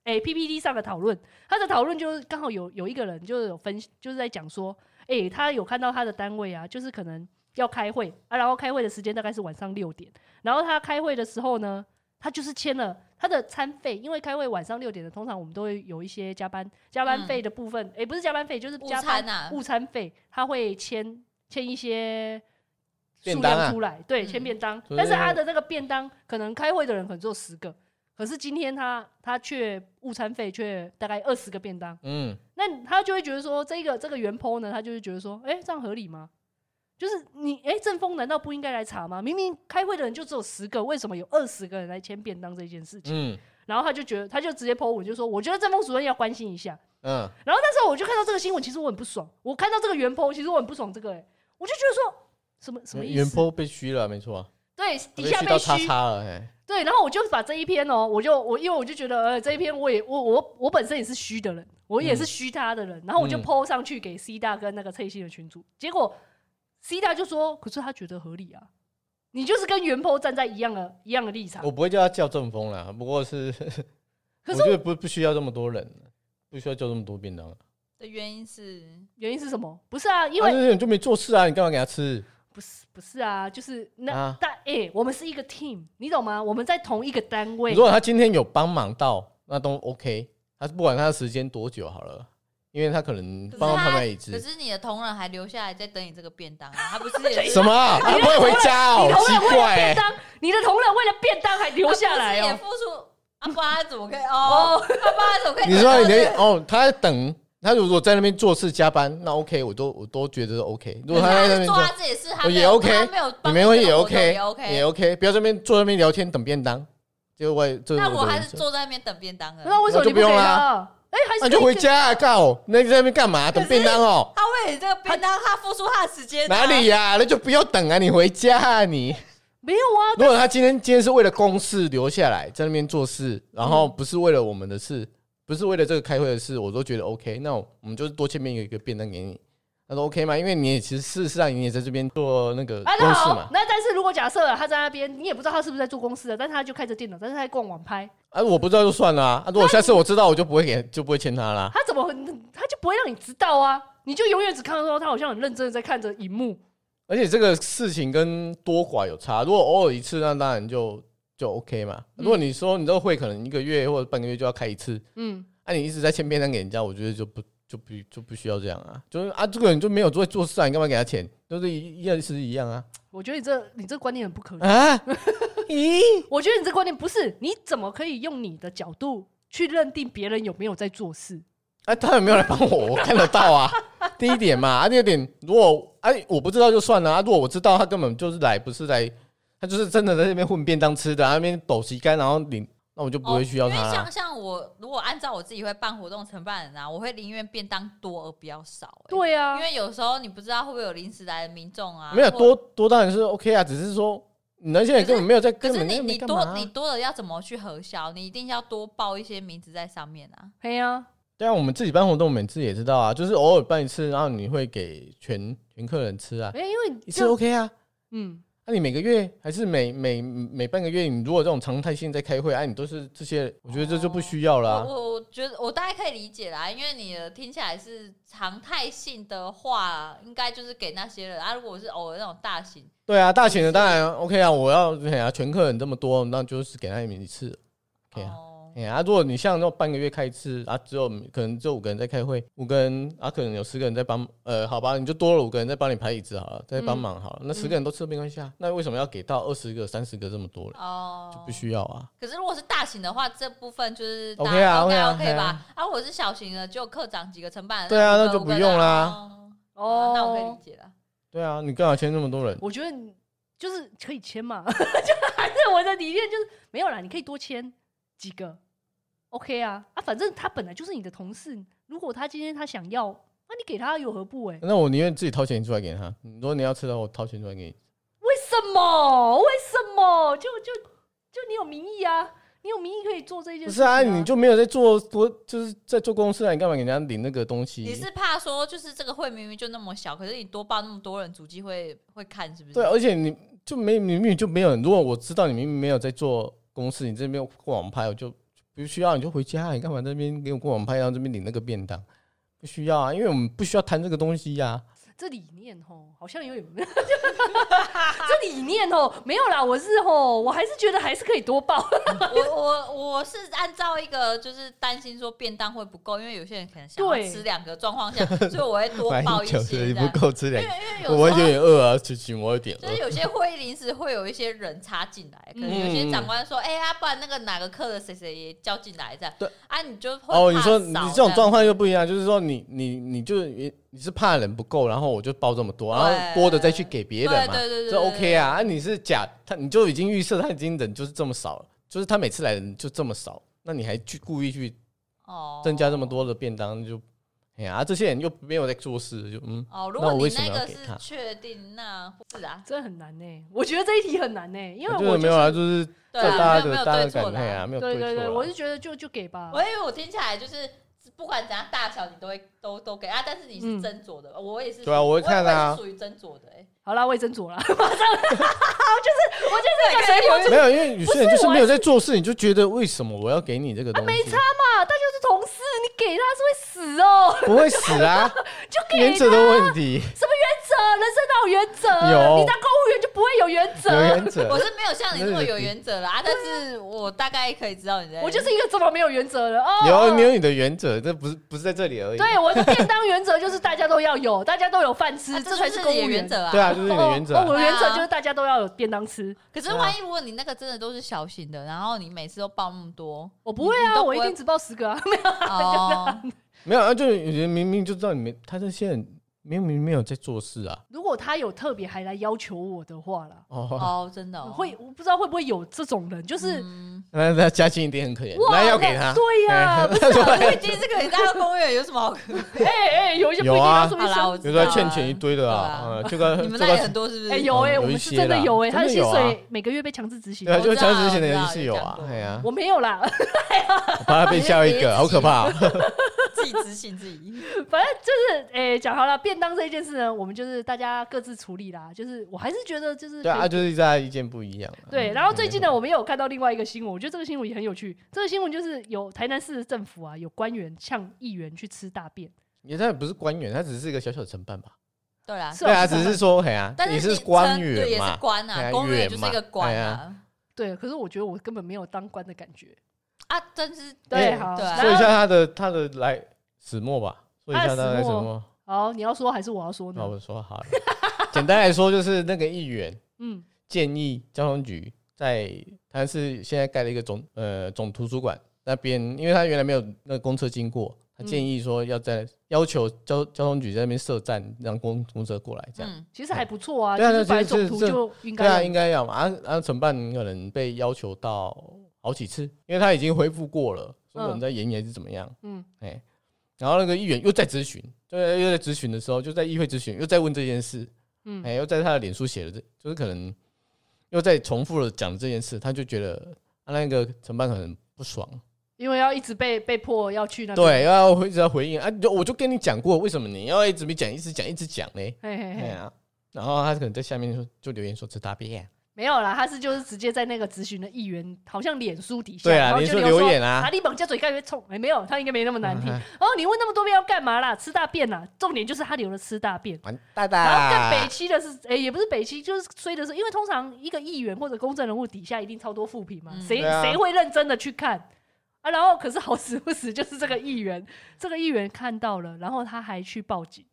哎、p p t 上的讨论，他的讨论就是刚好有有一个人就是有分，就是在讲说，哎、他有看到他的单位啊，就是可能要开会啊，然后开会的时间大概是晚上六点，然后他开会的时候呢，他就是签了他的餐费，因为开会晚上六点的，通常我们都会有一些加班加班费的部分，哎、不是加班费，就是
午
加班
餐啊
午餐费，他会签签一些
便
数
当啊
量出来，对，签
嗯
便当。
所以
但是他的那个便当，可能开会的人可能只有十个，可是今天他他却午餐费却大概二十个便当，
嗯，
那他就会觉得说，这个这个原 PO 呢，他就会觉得说，哎、这样合理吗？就是你哎，正风难道不应该来查吗？明明开会的人就只有十个，为什么有二十个人来签便当这件事情？
嗯
然后他就觉得，他就直接 PO 文，就说我觉得正风主任要关心一下。
嗯，
然后那时候我就看到这个新闻，其实我很不爽。我看到这个原 PO，其实我很不爽这个、哎，我就觉得说什么什么意思？
原坡被虚了，没错啊，
对，底下
虚
被
到叉
虚，
叉了，哎，
对，然后我就把这一篇哦，我就我因为我就觉得，呃，这一篇我也我我我本身也是虚的人，我也是虚他的人，然后我就
嗯
PO 上去给 C 大跟那个蔡心的群主，结果 C 大就说，可是他觉得合理啊，你就是跟原 PO 站在一样的一样的立场
我，不会叫他叫正风啦，不过是，
可
我
是
觉得不不需要这么多人，不需要叫这么多便当，
的原因是，
原因是什么？不是啊，因
啊
为
这些人就没做事啊，你干嘛给他吃？
不是不是啊，就是那、
啊
但哎、我们是一个 team，你懂吗？我们在同一个单位
如，果他今天有帮忙到，那都 OK，他不管他的时间多久好了，因为他可能
可是
帮到
他
拍卖椅
可
子，
是你的同仁还留下来在等你这个 便当啊，他不是也
什么 啊？他不会回家哦
你，同
奇
仁为了
怪
便
欸，
当，你的同仁为了便当还留下来
他
哦
不是也付出啊，不然他怎 么可以？哦，
哦。
他不然他怎么可以？
你说你的哦，他等他如果在那边做事加班，那 OK，我都我都觉得是 OK。如
可
果他
是
在
他
那
是
边
做
做，
他自己的事，他
哦
没有
也 OK，
他没有
你
帮
没
助
关
这
系
个
也
活动
OK，
也 OK，
也 OK，不要这边坐那边聊天等便当，就外这
那
是
我
的
还
原
是
则
坐在那边等便当啊的
那。为什么
那就
你
不
给
用啦
他？哎、还
那
是可
你
以
就回
给
家啊，告那你在那边干嘛？等便当哦？
他为了这个便当，他付出他的时间啊。
哪里呀？那就不要等啊，你回家啊你。
没有啊，
如果他今天今天是为了公事留下来在那边做事，然后不是为了我们的事，不是为了这个开会的事，我都觉得 OK。那我们就是多前面有一个便当给你，他说 OK 吗？因为你也其实事实上你也在这边做那个
啊，
公
那
事
好
嘛，。
那但是如果假设啊他在那边，你也不知道他是不是在做公司的，但是他就开着电脑，但是他在逛网拍，
啊，我不知道就算了啊。啊如果下次我知道，我就不会给，就不会签他啦。
他怎么会他就不会让你知道啊？你就永远只看得到他好像很认真的在看着荧幕。
而且这个事情跟多寡有差，如果偶尔一次，那当然就就 OK 嘛。如果你说你这个会可能一个月或者半个月就要开一次，
嗯，
啊，你一直在欠便当给人家，我觉得就不就不就不需要这样啊，就是啊，这个人就没有做做事啊，你干嘛给他钱？就是一一样是一样啊
我觉得你这你这观念很不可理。
啊！ 咦，
我觉得你这观念不是，你怎么可以用你的角度去认定别人有没有在做事？
啊，他有没有来帮我？我看得到啊。第一点嘛，啊，第二点，如果哎、我不知道就算了啊，如果我知道他根本就是来不是来，他就是真的在那边混便当吃的，啊、那边抖旗杆，然后领，那我就不会需要
哦因
他
为
啦、
像像我，如果按照我自己会办活动承办人啊，我会宁愿便当多而不要少、欸
对啊
因，为有时候你不知道会不会有临时来的民众啊，
没有
或。
多多当然是 OK 啊，只是说你那些人根本没有在，
可
根
是
本
你
就
你
没干嘛、
多
啊
你。多了要怎么去核销？你一定要多报一些名字在上面啊。
对啊，
对啊，我们自己办活动，我们自己也知道啊，就是偶尔办一次，然后你会给全全客人吃啊，
哎、因为你
一次
就
OK 啊。
嗯，
那、你每个月还是每每每半个月，你如果这种常态性在开会，哎、啊，你都是这些，我觉得这就不需要啦、
我我我觉得我大概可以理解啦，因为你的听起来是常态性的话，应该就是给那些人啊。如果是偶尔那种大型，
对啊，大型的当然 OK 啊，我要哎呀、全客人这么多，那就是给他们一次 OK 啊。
哦
哎呀、啊如果你像那种半个月开一次啊，只有可能只有五个人在开会，五个人啊，可能有十个人在帮，呃，好吧，你就多了五个人在帮你排椅子好了，在帮忙好了，那十个人都吃没关系啊，那为什么要给到二十个、三十个这么多人？就
哦
不。需要啊，
可是如果是大型的话，这部分就是大
OK 啊
家应
OK
该
啊
OK 吧
啊？
啊，如果是小型的，就课长几个承办人，
对啊
五个
那就
五
不
个
用
的
啦
哦
哦，
那我可以理解了。
对啊，你干嘛签那么多人？
我觉得你就是可以签嘛， 就还是我的理念就是没有啦，你可以多签几个，OK 啊啊，反正他本来就是你的同事，如果他今天他想要，那你给他有何不为？
那我宁愿自己掏钱出来给他。如果你要吃的话，我掏钱出来给你。
为什么？为什么？就就就你有名义啊，你有名义可以做这件
不
事
是
情、
啊，你就没有在做多，就是在做公司啊，你干嘛给人家领那个东西？
你是怕说，就是这个会明明就那么小，可是你多报那么多人，主机会会看是不是？
对，而啊且你就没你明明就没有。如果我知道你明明没有在做公司，你这边过网拍，我就不需要，你就回家，你干嘛这边给我过网拍，然后这边领那个便当？不需要啊，因为我们不需要谈这个东西呀、啊
这理念吼，好像有点， 这理念吼没有啦，我是吼，我还是觉得还是可以多报，
我我我是按照一个就是担心说便当会不够，因为有些人可能想要
对
吃两个状况下，所以我会多
买
报一
酒
些
你
这
不
样。
够吃
因
两
为
个，
因
我有
为有时
点饿啊，琪琪，我有点
候就是
饿。
有些会议临时会有一些人插进来，可能有
嗯
些长官说，哎、呀、不然那个哪个课的谁谁也叫进来这样。
对
啊，你就 会
哦，
怕
你说你
少
这种
样
状况又不一样，就是说你你你就你你是怕人不够，然后我就报这么多，然后
对
多的再去给别人嘛，
对对对对
这 OK 啊。啊，你是假他，你就已经预设他已经人就是这么少了，就是他每次来人就这么少，那你还去故意去
哦
增加这么多的便当，就哎呀、啊这些人又没有在做事，就嗯，
哦，如
那
果
我
你
为什么
那
要
个
给
是
他
确定，那是啊，
真的很难呢、欸我觉得这一题很难呢、因为
我
我、
觉
就
得
是、
没有啊，就是
对
大家
啊，没有没
的
有
大家
对
的
错
感
啦。
慨啊，没有
对
错
对对，
啦
我是觉得就就给吧
我。以为我听起来就是不管怎样大小，你都会都都给啊，但是你
嗯
是斟酌的，我也是
对啊我会看啊
我也是属于斟酌的、欸，
好啦，我也斟酌啦。
对，可以
没有，因为有些人就是
我
没有在做事，你就觉得为什么我要给你这个东西？
啊，他就是同事，你给他是会死 哦，
不会死啊，
就
原
给
则的问题。
什么原则？人生哪有原则？
有
你当公务员就不会有原则。
有原则，
我是没有像你那么有原则啦，啊但是我大概可以知道你在，
我就是一个这么没有原则的哦。
有你有你的原则，这不是不是在这里而已。
对我的便当原则就是大家都要有，大家都有饭吃，
啊
这才
就是
公
你
务
的
员
原。则啊。
对啊，就是你的原则
哦，我
啊。
的原则
对啊
就是大家都要有便当吃。
可是万一如果你那个真的都是小型的，然后你每次都报那么 多，
我不会
你
啊，
都
我
不会
一定只报十个啊。
哦，
没有啊，就有人明明就知道你没，他这些人明明没有在做事啊。
如果他有特别还来要求我的话啦，
哦，
哦，真的哦
会我不知道会不会有这种人，就是
嗯
那那加薪一定很可怜，
哇，
那要给他。
对 呀，不是啊
我已经是可以带到公园，有什么好？
哎哎，有一些不一
有
定
啊
要注意
好啦，我
生。
比
知
如
道
说
啊
欠钱一堆的啊，嗯，这个
你们
这
那也
个
很多是不是？
哎有哎，
嗯有
我
一
们是
些
真的
啦
有哎，他的
真的
薪
有啊
水每个月被强制执行
对，啊，
啊。
就是
我知道
强制性的
我知
人
道
是有啊
有讲，过
哎呀，
我没有啦，
把他被吓一个，好可怕啊。
自己执行自己。
反正就是诶，讲好了，便当这一件事呢，我们就是大家各自处理啦。就是我还是觉得就是
对啊，就是大家意见不一样啊。
对，然后最近呢，我们也有看到另外一个新闻，我觉得这个新闻也很有趣。这个新闻就是有台南市政府啊，有官员呛议员去吃大便，
你那也不是官员，他只是一个小小承办吧？
对啦，
是
对啊，
啊，
只
是
是说，哎呀，
但
你
是你
是官
称对
员
也
嘛
是，官
哎
啊，
呀
公务员
员
就是
嘛
一个官
哎
啊
呀。
对。可是我觉得我根本没有当官的感觉。
啊，真是
对，
哎
好，
对啊
说一
然
下
后
他的他的来始末吧，说一
啊
下他的来
始
始
末
末。
好，你要说还是我要说
那
呢？
我说好了，简单来说就是那个议员
嗯，
建议交通局在他是现在盖了一个总呃总图书馆那边，因为他原来没有那个公车经过，他建议说要在要求交交通局在那边设站，让公公车过来这样。
嗯，
其实还不错啊，
对啊
就是
对
本来
啊这
总图
这
就应
对啊，
该
应
有
该要嘛。啊啊，承办可能被要求到好几次，因为他已经恢复过了，所以可能在延还是怎么样。
嗯
嗯，哎、然后那个议员又在咨询，对，又在咨询的时候，就在议会咨询，又在问这件事。
嗯
嗯，哎、又在他的脸书写了这，就是可能又在重复了讲这件事，他就觉得啊那个承办可能不爽，
因为要一直被被迫要去那边。
对，要回一直要回应啊，就我就跟你讲过，为什么你要一直没讲，一直讲，一直讲呢？
对，嘿嘿
哎
嘿，
呀、然后他可能在下面就就留言说这大便、
没有啦，他是就是直接在那个咨询的议员，好像脸书底下，
对啊
然后
脸
就
书
留
留
说
言啊
啊，你猛加嘴盖会冲，哎，没有，他应该没那么难听。
嗯
哦，你问那么多遍要干嘛啦？吃大便啦，重点就是他留了吃大便。
完蛋
然后更
啦！
北七的是，哎、也不是北七，就是衰的是，因为通常一个议员或者公正人物底下一定超多负评嘛，
嗯
谁
对啊
谁、会认真的去看？啊，然后可是好死不死就是这个议员，这个议员看到了，然后他还去报警，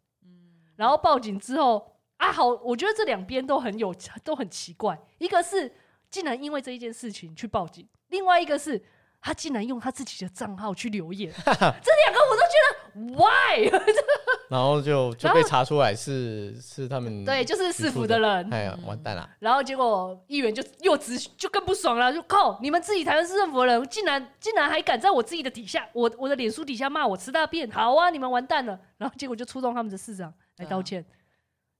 然后报警之后啊，好，我觉得这两边都很有都很奇怪，一个是竟然因为这一件事情去报警，另外一个是他竟然用他自己的账号去留 言，这两个我都
嗯
觉得 why？
然后就就
然后
被查出来是是他们
对，就是
是
市
负
府
的
的人，
哎呀，完蛋了！
然后结果议员就又直就更不爽了，就靠你们自己台湾市政府的人，竟然竟然还敢在我自己的底下，我我的脸书底下骂我吃大便，好啊，你们完蛋了。然后结果就触动他们的市长来道歉，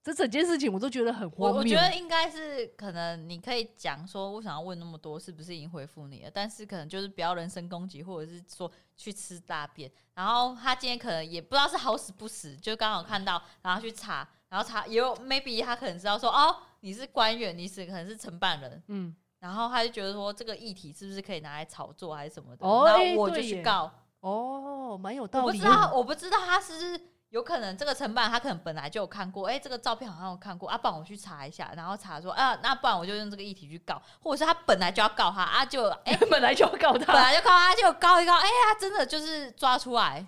这整件事情我都觉得很
我
荒
我
谬
觉。得应该是可能你可以讲说为什么要问那么多，是不是已经回复你了？但是可能就是不要人身攻击，或者是说去吃大便。然后他今天可能也不知道是好死不死，就刚好看到，然后去查，然后查也有 maybe 他可能知道说哦你是官员，你是可能是承办人，
嗯，
然后他就觉得说这个议题是不是可以拿来炒作还是什么的，
哦
然
哎
后我就
对
去
耶
告。
哦，蛮有
我
道
不
理
知
的。
道，我不知道他是不是有可能这个承办他可能本来就有看过，哎、这个照片好像有看过啊，不然我去查一下，然后查说啊，那不然我就用这个议题去告，或者是他本来就要告他啊，就哎、
本来就要告
本
他，
来就告他，就告一告，哎、呀，真的就是抓出来，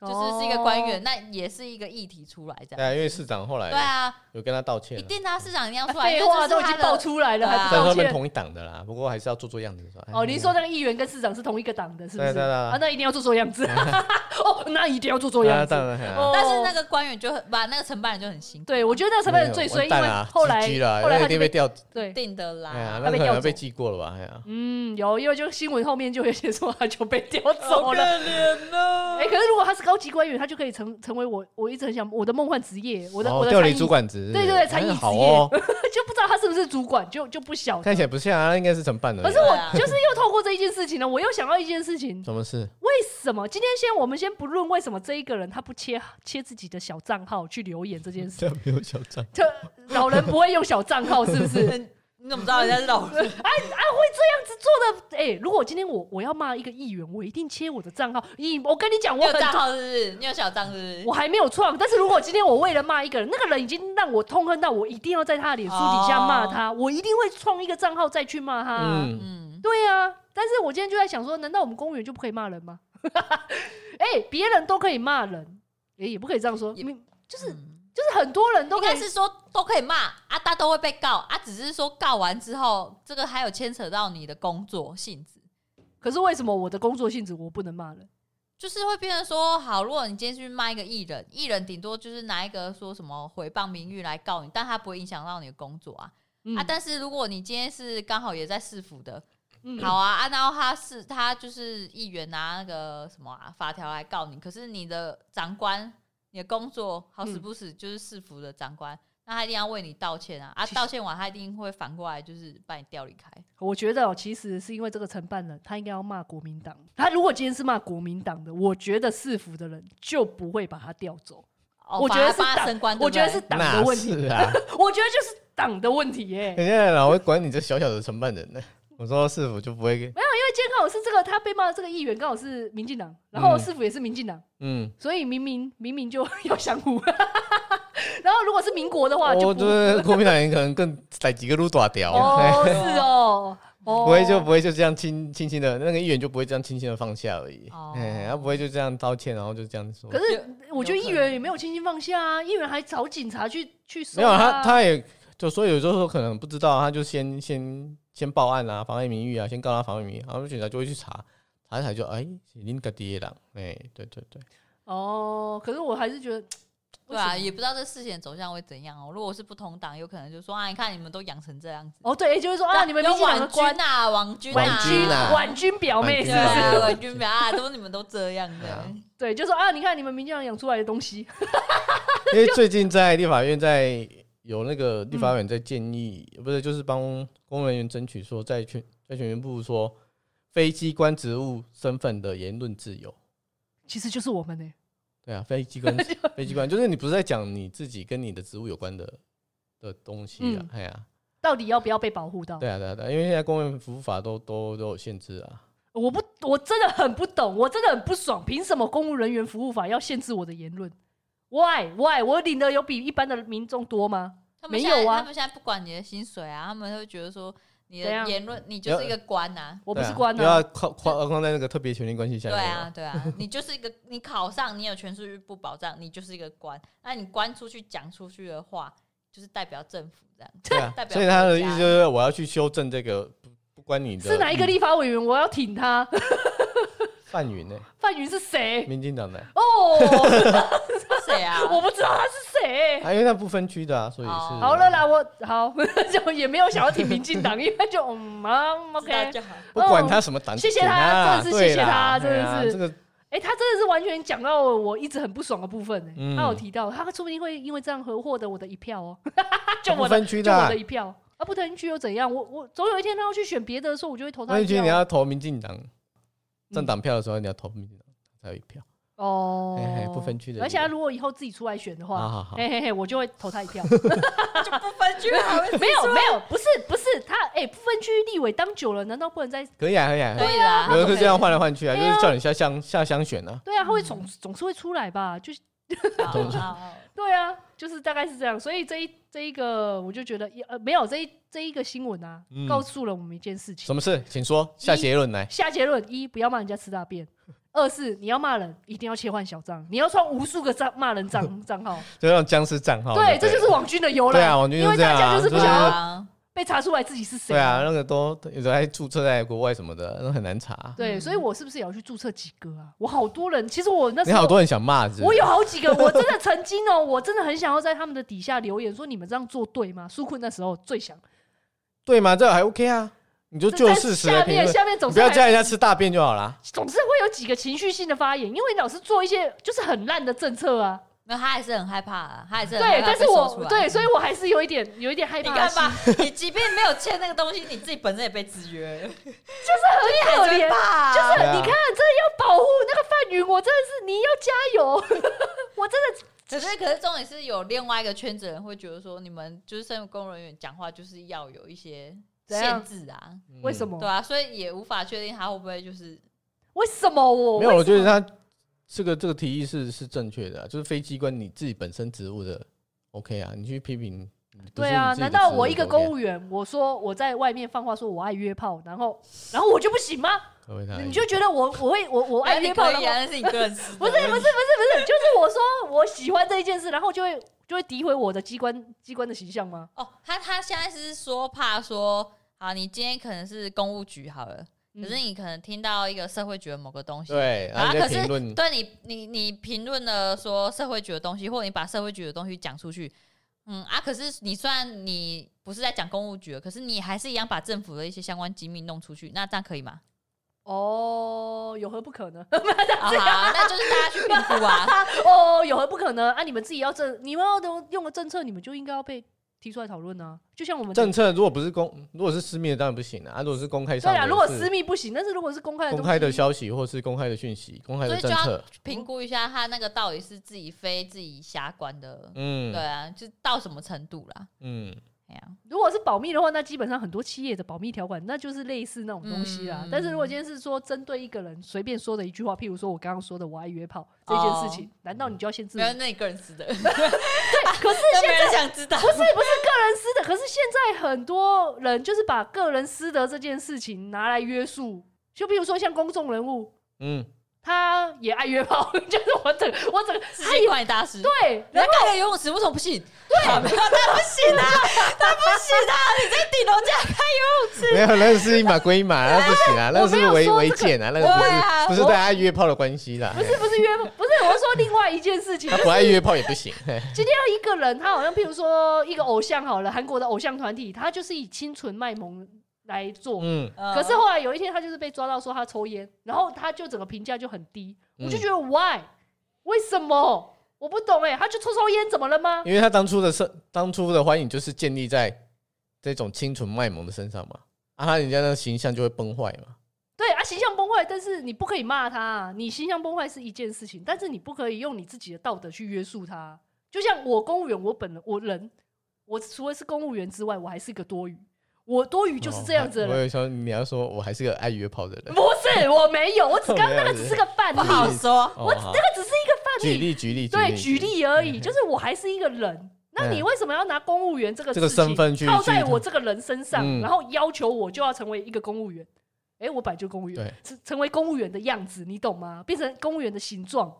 就是是一个官员，
哦。
那也是一个议题出来这
对
样，
啊，因为哎市长后
对
来
啊，
有跟他道歉
一
了，
定他市长一定要出来，因
废
为
话
这
都
是
已
他
经爆
的。
出来了，
对啊
还不
虽然
道
说他们
歉？
同一党的啦，不过还是要做做样子说。哎
哦，您说那个议员跟市长是同一个党的，是不是？
对对对
啊，那一定要做做样子。哦，那一定要做做
啊
样子。
当然哎呀
哦
但是那个官员就很，不，那个承办人就很辛苦，
对，我觉得那个成本人最衰，
哎完
因
蛋
为
啦
后来
GG 啦
后来
那
他
一
就
定被
被
调，
对，
定的啦。
哎呀，
他
那
被
可
调
能被
走
记过了吧？哎呀，
嗯，有，因为就新闻后面就有写说他就被调 走了。
怜哦
哎、可是如果他是高级官员，他就可以成成为我我一直很想我的梦幻职业，我的、
哦
我的
调
参
离
议
主，管职，
对对对
哎
参议
好
职业
哦，
就不知道他是不是主管，就就不晓
看
得。
起来不像啊，那应该是承办的。
可是我
对啊
就是又透过这一件事情呢，我又想到一件事情，
什么事？
为什么今天先我们先不论为什么这一个人他不切切自己的小账号去留言这件事，
这没有小张，
这老人不会用小账号是不是？
哎你怎么知道人家是老人？
做的哎、如果今天我我要骂一个议员，我一定切我的账号。咦，我跟你讲，
你
我
有
很
账号是不是？你有小账是不是？
我还没有创，但是如果今天我为了骂一个人，那个人已经让我痛恨到我一定要在他的脸书底下骂他，我一定会创一个账号再去骂他、啊
嗯，
哦嗯，
对啊，但是我今天就在想说，难道我们公务员就不可以骂人吗？ 哎、别人都可以骂人，哎、也不可以这样说，
也
明就是
嗯
就是很多人都
应
可
该
以
是说都可以骂啊，大家都会被告啊，只是说告完之后，这个还有牵扯到你的工作性质，
可是为什么我的工作性质我不能骂人？
就是会变成说，好，如果你今天去骂一个艺人，艺人顶多就是拿一个说什么诽谤名誉来告你，但他不会影响到你的工作啊、
嗯
啊！但是如果你今天是刚好也在市府的，
嗯
好啊啊，然后他是他就是议员拿那个什么啊法条来告你，可是你的长官，你的工作好死不死就是市府的长官，那他一定要为你道歉啊啊！
其实
道歉完他一定会反过来就是把你调离开。
我觉得哦，其实是因为这个承办人，他应该要骂国民党。他如果今天是骂国民党的，我觉得市府的人就不会把他调走。
哦，
我觉得
反而
是
帮他升官，
党，我觉得是党的
那
问题。
是 啊，
我觉得就是党的问题耶、因
人家老会管你这小小的承办人呢。我说市府就不会给，
为今天刚好是这个他被骂的这个议员刚好是民进党，然后
嗯
市府也是民进党，
嗯，
所以明明明明就 要相互。然后如果是民国的话，啊就
我
不
觉得哦国民党人可能更逮几个路打掉，
哦，是哦，哦，
不会就不会就这样轻轻轻的，那个议员就不会这样轻轻的放下而已
哦，
哎，他不会就这样道歉，然后就这样说
可。是我觉得
有可
议员也没有轻轻放下啊，议员还找警察去去搜、啊。
没有他，他也就所以有时候可能不知道，他就先先先报案啊，妨碍名誉啊，先告他妨碍名誉，然后警察就会去查，查一查就哎，是恁家爹啦，哎，对对对，
哦，可是我还是觉得，为
对啊，
什么
也不知道这事情的走向会怎样哦。如果是不同党，有可能就说啊，你看你们都养成这样子
哦，对，就是说
对
啊，你们
有
民进党的
网军
官
啊，网
网
军啊，
军啊
婉君表妹是
对
不是？
啊，
对
网军表啊，都你们都这样
对啊
的。
对，就说啊，你看你们民进党养出来的东西，
因为最近在立法院在有那个立法院在建议，
嗯
不是就是帮公务人员争取说，在全在全员部说非机关职务身份的言论自由。
其实就是我们呢、欸
对啊，非 机关非机关就是你不是在讲你自己跟你的职务有关的的东西啊
嗯？
哎呀，
到底要不要被保护到？
对啊对啊对啊，因为现在公务员服务法都都都有限制啊。
我不，我真的很不懂，我真的很不爽，凭什么公务人员服务法要限制我的言论？Why Why？我领的有比一般的民众多吗？
他们
没
现在
有啊
他们现在不管你的薪水啊，他们会觉得说你
怎
的
样
言论你就是一个官呐、
我不是
对啊
官
又要
啊，
框框框在那个特别权利关系下面
对
嘛。
啊，对啊，你就是一个你考上，你有全数预不保障，你就是一个官。那你官出去讲出去的话，就是代表政府这样。
对啊
代，表
所以他的
国
意
家
思就是我要去修正这个，不不关你的嗯
是哪一个立法委员？我要挺他。
范云呢？
范云是谁？
民进党的
哦，
谁啊？
我不知道他是 谁。
啊，因为他不分区的啊，所以是
哦
好了啦，我好 就也没有想要挺民进党，因为就嗯啊
知道
，OK。
就好。
不管他什么党，
哦谢谢
给
他
啦
真的是谢谢
对啦
他真的
哎呀
是
这个
哎，他真的是完全讲到我一直很不爽的部分欸
嗯
他有提到，他说不定会因为这样和获得我的一票哦， 就
不
我的
分区
就
的
我
啊
的，一票啊，不分区又怎样？我我总有一天他要去选别的的时候，我就会投
不
他一
分区
票
你要投民进党，政
嗯
党票的时候你要投民进党才有一票，嘿嘿
哦，
哎不分区的
而且他如果以后自己出来选的
好
话，
好好，
嘿嘿嘿，我就会投他 一票。
就不分区还会
没有没有，不是不是，他哎、不分区立委当久了，难道不能再？
可以啊可以啊，可以
可以啦，
啊有的是这样换来换去啊，就
嗯对啊
是叫你下乡下乡选啊，
对啊，他会总总是会出来吧？就是
好。好好
对啊，就是大概是这样。所以这一这一个，我就觉得呃没有这一这一个新闻啊，
嗯
告诉了我们一件事情
什。么事？请说，下结论来。
下结论：一，不要骂人家吃大便；二是你要骂人，一定要切换小账，你要创无数个账骂 人账账号。
就让僵尸账号。
对，
不
这就是网军的由来。
对啊网军
因为
就这
大
样啊
家就是不
对
想要
啊，
被查出来自己是谁
对。啊，那个都有的还注册在国外什么的，都很难查。
对，啊所以我是不是也要去注册几个啊？我好多人，其实我那时
你
候
好多人想骂，是不是
我有好几个，我真的曾经哦、我真的很想要在他们的底下留言说你们这样做对吗？苏困那时候最想，
对吗？这还 OK 啊，你就就
在
事实来
下
评论
面，下面总
你
是
不要
还
叫人家吃大便就好啦。
总是会有几个情绪性的发言，因为老是做一些就是很烂的政策啊。
那他还是很害怕啊，他还是很害
对，
怕
但是
被说
我
出来
对，所以我还是有一点有一点害
你
怕的
看
心，
吧，你即便没有签那个东西，你自己本身也被制约，
就是很可
你还是会
怜。
怕啊，
就是
对啊
你看，真的要保护那个范云，我真的是你要加油，
嗯
我真的
可是，可是重点是有另外一个圈子的人会觉得说，你们就是政务工人员讲话就是要有一些
怎样哦
限制啊，
为什
么？
么
对？啊，所以也无法确定他会不会就是
为什么我
没有，我觉得
他
他这个这个提议是是正确的啊，就是非机关你自己本身职务的 OK 啊，你去批评。不是
对啊
你自己的职务，
难道我一个
不 OK 啊
公务员，我说我在外面放话说我爱约炮，然后然后我就不行吗？
各位大家
你就觉得我我会我我爱约炮，
可
然后
以啊，那是你个人私 德
不是不是不是不是，就是我说我喜欢这一件事，然后就会就会诋毁我的机关机关的形象吗？
哦，他他现在是说怕说，好，你今天可能是公务局好了，可是
嗯
你可能听到一个社会局的某个东西，
对，然后你在
啊可是
评论，
对你，你你评论了说社会局的东西，或者你把社会局的东西讲出去，嗯啊，可是你虽然你不是在讲公务局了，可是你还是一样把政府的一些相关机密弄出去，那这样可以吗？
哦，有何不可呢？
啊，好，那就是大家去评估啊。
哦，有何不可呢？啊，你们自己要政，你们要用用的政策，你们就应该要被提出来讨论啊。就像我们
政策如果不是公，如果是私密的当然不行了啊，如果是公开
对
上的
啊，
是，
如果私密不行，但是如果是公开的
公
东
开的
西
消息或是公开的讯息、公开
所
的
以就
政
要
策，
评估一下，他那个到底是自己非自己瞎关的，
嗯，
对啊，就到什么程度啦？
嗯，
哎呀、
如果是保密的话，那基本上很多企业的保密条款，那就是类似那种东西啦。
嗯
但是如果今天是说针对一个人随便说的一句话，譬如说我刚刚说的我爱约炮这件事情，难道你就要限制
哦没
我？
有，
对，
那你个人私德，
可是
那
现
没
在
人想知道。
不是不是个人私德，可是现在很多人就是把个人私德这件事情拿来约束，就比如说像公众人物，
嗯，
他也爱约炮， 就是我整我整个
世
他
界
也
管理大师，
对，
人家盖个游泳池为什么不信？对，他不信啊，他不信啊！你在顶楼架开游泳池，
没有，那个是一码归一码，那不行啊，那
我
个
没
是
有
违
说
违
这个
建啊，那个不
对啊
是不是
我
大家约炮的关系啦，
不是不是约不是，我说另外一件事情
他，不爱约炮也不行， 嘿
今天要一个人，他好像譬如说一个偶像好了，韩国的偶像团体，他就是以清纯卖萌来做。
嗯，
可是后来有一天，他就是被抓到说他抽烟，然后他就整个评价就很低，
嗯
我就觉得 why 为什么我不懂哎、他就抽抽烟怎么了 吗？
因为他当初的社当初的欢迎就是建立在这种清纯卖萌的身上嘛，啊，他人家的形象就会崩坏嘛，
对啊，形象崩坏，但是你不可以骂他、啊，你形象崩坏是一件事情，但是你不可以用你自己的道德去约束他。就像我公务员，我本人我人，我除了是公务员之外，我还是一个多余，我多余就是这样子的
哦我
人。
有时候你要说我还是个爱约炮的人，
不是，我没有，我只刚刚那个只是个范
不
例，
好说，
我
那个只是一个范
哦举
例，
例举例嗯
对，举例而已，就是我还是一个人。那你为什么要拿公务员这个
这个
事情
身份去
套在
去
我这个人身上，
嗯
然后要求我就要成为一个公务员？哎、我本来就公务员
对，
成成为公务员的样子，你懂吗？变成公务员的形状。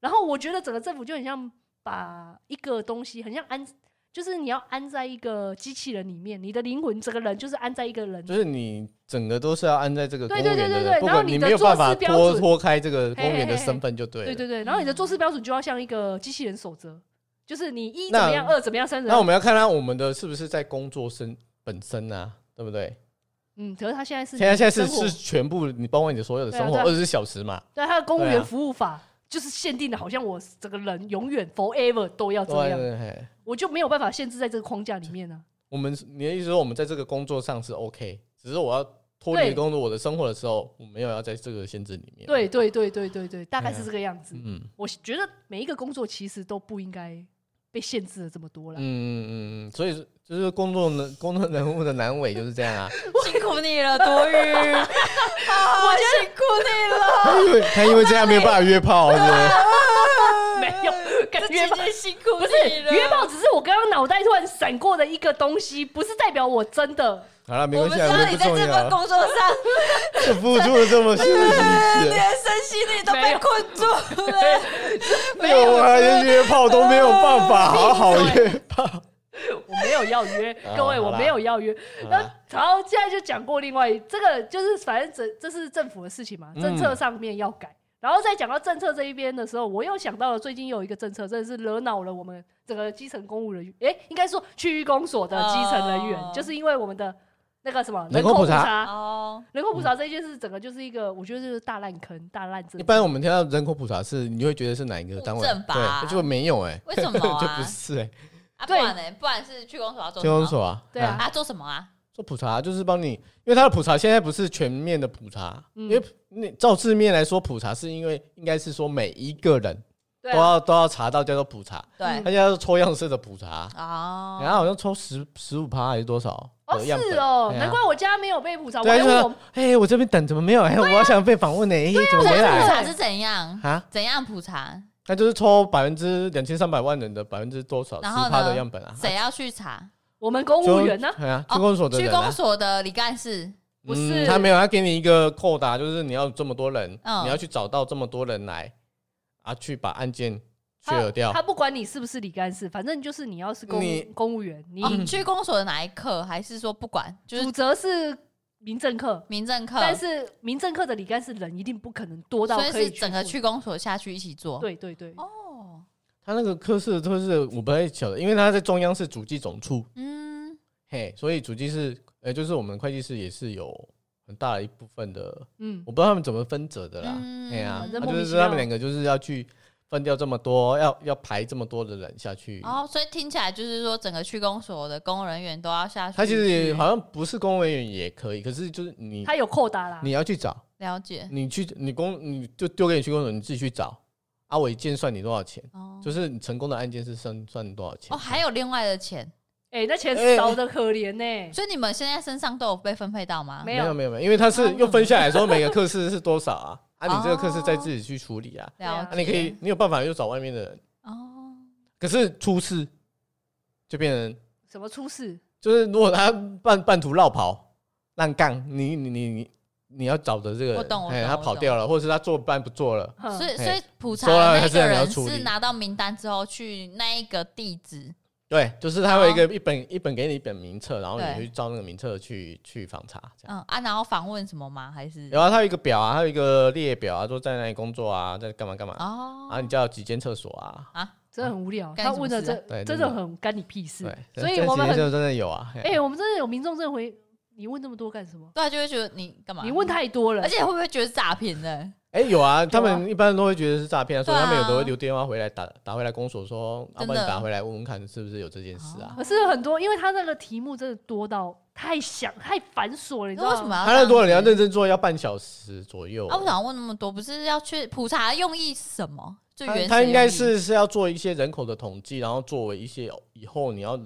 然后我觉得整个政府就很像把一个东西，很像安，就是你要安在一个机器人里面，你的灵魂，整个人就是安在一个人
就是你整个都是要按在这个公务员
对
的，
对对对对
不
然后
管
你
你
的
没有
做
办
事
法
标
脱
准
脱开这个公务员
嘿嘿
的
嘿
身份就对了。
对对对，然后你的做事标准就要像一个机器人守则，就是你一怎
那
么样，二怎么样，三怎么
那我
样。
们要看看我们的是不是在工作身本身啊，对不对？
嗯，可是他现在是
现在现在是
生活
是全部你包括你的所有的
对啊
生活
对啊
二十四小时嘛，
对他的公务
对
员
啊
服务法就是限定的，好像我整个人永远 forever 都哦要这
对
样，
对嘿
我就没有办法限制在这个框架里面啊呢、
我们你的意思说我们在这个工作上是 OK，只是我要脱
对
离工作我的生活的时候，我没有要在这个限制里面。，
对对对对对对，大概是这个样子。
嗯
我觉得每一个工作其实都不应该被限制的这么多
嗯
了。
嗯嗯嗯，所以就是工作人工作人物的难为就是这样 啊。
辛苦你了，多余，我辛苦你了，
他因为他因为这样没有办法约炮，啊是不是？
啊
没有，感
这
觉
期间辛苦
不是
你了。
约炮，只是我刚刚脑袋突然闪过的一个东西，不是代表我真的
好了，没
我
关
们
系
知
啊，
道
这不重
你在这份
要啊，
工作上，
这付出了这么辛苦，
你的身心里都
没
被
有
困住了。没有啊
对
呃
我还啊连约炮都没有办法好好约炮。
我没有要约，
啊
各位，
好
我
啦
没有要约。
啊
那然后现在就讲过另外一这个，就是反正这这是政府的事情嘛，
嗯
政策上面要改。然后再讲到政策这一边的时候，我又想到了最近有一个政策，真的是惹恼了我们整个基层公务人员，诶，应该说区域公所的基层人员，
哦
就是因为我们的那个什么
人口
口
普
普
查嗯
查，
哦，
人口普查这一件事，整个就是一个我觉得就是大烂坑、大烂政
一
策。
般我们听到人口普查是，你就会觉得是哪一个单位？
户政吧
对，就没有哎、
为什么
就
啊
不？是哎、
啊，不然呢？不然是去公所要做
欸，
什
监
么
管所啊，
对啊
啊？做什么啊？
做普查就是帮你，因为它的普查现在不是全面的普查，因
嗯
为那照字面来说，普查是因为应该是说每一个人
对
都
啊，嗯
要、都要查到叫做普查，
对
它叫做抽样式的普查，
哦，
然后好像抽十十五趴还是多少
哦
的样本
是哦，
对啊
难怪我家没有被普查，我
对啊，
还
就
问我
说哎，我这边等怎么没有？哎，
啊
我好想被访问呢，哎，怎么
普
没来
查是怎样？
啊？
怎样普查？
那就是抽百分之两千三百万人的百分之多少十
然后呢
趴的样本啊？
谁要去查？
我们公务
就
员呢、
对啊，
哦
区公所的
去
人
公
啊，
所的李干事，
不是
嗯他没有，他给你一个扣打，就是你要这么多人，
嗯
你要去找到这么多人来啊，去把案件削
他
尔掉
他。不管你是不是李干事，反正就是你要是公
你
公务员，你
哦，去公所的哪一课？还是说不管？就
主
是
责是民政课，
民政课，
但是民政课的李干事人一定不可能多到
所以
可以
是整个
负
区公所下去一起做。
对对
嗯
对，
哦，
他那个科室都是我不太晓得，因为他在中央是主计总处，
嗯，
嘿，所以主计是呃，就是我们会计师也是有很大的一部分的，
嗯，
我不知道他们怎么分责的啦，
嗯
哎呀
反，
正
啊
莫
就
名
是
其
说他们
妙
两个就是要去分掉这么多，要要排这么多的人下去。
哦，所以听起来就是说，整个区公所的工人员都要下去。
他其实也好像不是公务员也可以，可是就是你
他有扣打啦，
你要去找。
了解
你去你公你就丢给你去公所，你自己去找。啊，我一件算你多少钱？
哦
就是你成功的案件是算算多少钱
哦，？还有另外的钱，
哎、那钱
哎
少的可怜呢、
所以你们现在身上都有被分配到吗？
没
有
有
没有没有，因为它
哦
是又分下来说每个课室是多少 啊？啊，你这个课室再
哦
自己去处理啊。
了解
啊，你可以你有办法又找外面的人，
哦，
可是出事就变成
什么出事？
就是如果他半半途绕跑、乱杠，你你你你你要找的这个人，
我懂我
哎
懂
他
我
跑
懂
掉了，或者是他做班不做了，
哼
所以
嘿
所以普查
收到还
的那
是要
个
你要
人
处
是
理
拿到名单之后去那一个地址，
对，就是他有一个一本一本给你一本名册，然后
哦对
你去照那个名册去去访查，这样。
嗯啊，然后访问什么吗？还是
然后他有一个表啊，他有一个列表啊，说在哪里工作啊，在干嘛干嘛啊，
哦
你叫几间厕所啊，
真的很无聊。
干
他
你什么
问的
事
这
啊
对真
真的
的
很干你屁事
对，，
所以
这
我们
几间就
很
真的有啊，嘿
哎、我们真的有民众认为你问那么多干什么？
对啊，就会觉得你干嘛？
你问，太多了，
而且会不会觉得是诈骗呢？
哎有啊，他们一般都会觉得是诈骗啊，所以
对啊
他们有的会留电话回来打打回来公所说，要
真
不
的哦
然你打回来问问看是不是有这件事啊。
可是很多，因为他那个题目真的多到太想太繁琐了，你知道
那为什么
吗？
要
他那
这
多人要
样子
认真做，要半小时左右。
啊，我想问那么多，不是要去普查的用意是什么？最
他
原始
他应该
用意
是是要做一些人口的统计，然后作为一些以后你要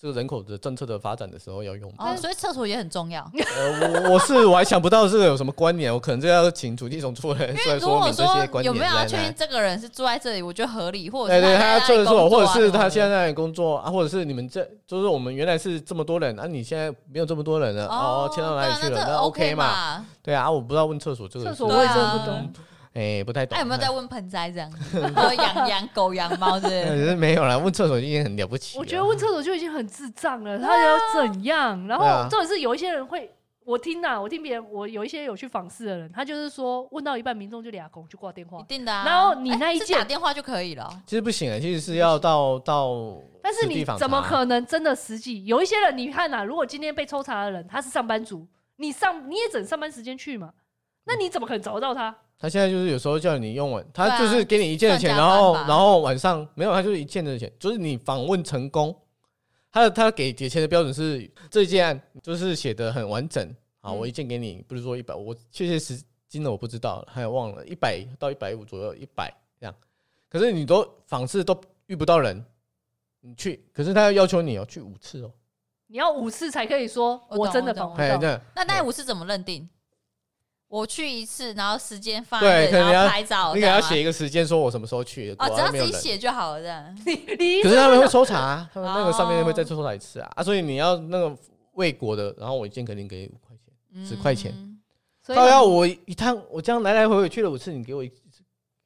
这个人口的政策的发展的时候要用吧。
哦，所以厕所也很重要。
呃，我我是我还想不到这个有什么关联，我可能这要请土地总处人
因
出来
为如
说
果
明这些
说
观
有
点
没有要
在
确
哪
定。这个人是住在这里，我觉得合理，或者
对
是
哎对，
他
他
在
厕
那里
所，
工作
或
啊
者是
什么
他
的
现在工作啊，或者是你们这就是我们原来是这么多人啊，你现在没有这么多人了，哦，迁到哪里去
对
了？
啊那
那
这
OK 嘛？
嘛？
对啊，我不知道问厕所这个
厕所
是
我也
对啊
真的不懂。
哎不太懂。
哎，有没有在问盆栽这样子？ 比如说养养狗、养猫之类的？
呃没有啦，问厕所已经很了不起了。
我觉得问厕所就已经很智障了，
啊
他要怎样？
对
然后
啊
重点是有一些人会，我听呐、啊，我听别人，我有一些有去访视的人，他就是说问到一半，民众就俩拱就挂电话
一，定的啊。
然后你
哎
那一
是
件
打电话就可以了。哦
其实不行啊，其实是要到到，
但是
实地
你
访查
怎么可能真的实际？有一些人，你看呐、啊如果今天被抽查的人他是上班族，你上你也整上班时间去嘛，那你怎么可能找得到他？
他现在就是有时候叫你用完，
对
他
啊
就是给你一件的钱，
算
然
加班
后
吧
然后晚上没有，他就是一件的钱，就是你访问成功，他的他给给钱的标准是这件案就是写的很完整啊，
嗯
我一件给你，不是说一百，我确切实金额我不知道，还有忘了一百到一百五左右，一百这样，可是你都访视都遇不到人，你去，可是他要要求你哦去五次哦，
你要五次才可以说
我懂
我真的
我哦懂
访不
哎，
到。
那
那那我是怎么认定？我去一次，然后时间放
对
在
可
这
能
里，
你
然后
要
拍照，
你
这
给他
样吗啊
写一个时间，说我什么时候去，
哦，
果
只要
然
自
没有
己
人。
写就好了，这样。
你你一
可
次
是他
问
们
到
会抽查、啊，他们那个上面
哦
会再抽查一次啊啊！所以你要那个位国的，然后我一件肯定给五块钱。10块钱
嗯
所以
到要我一趟，我这样来来回回去了五次，你给我一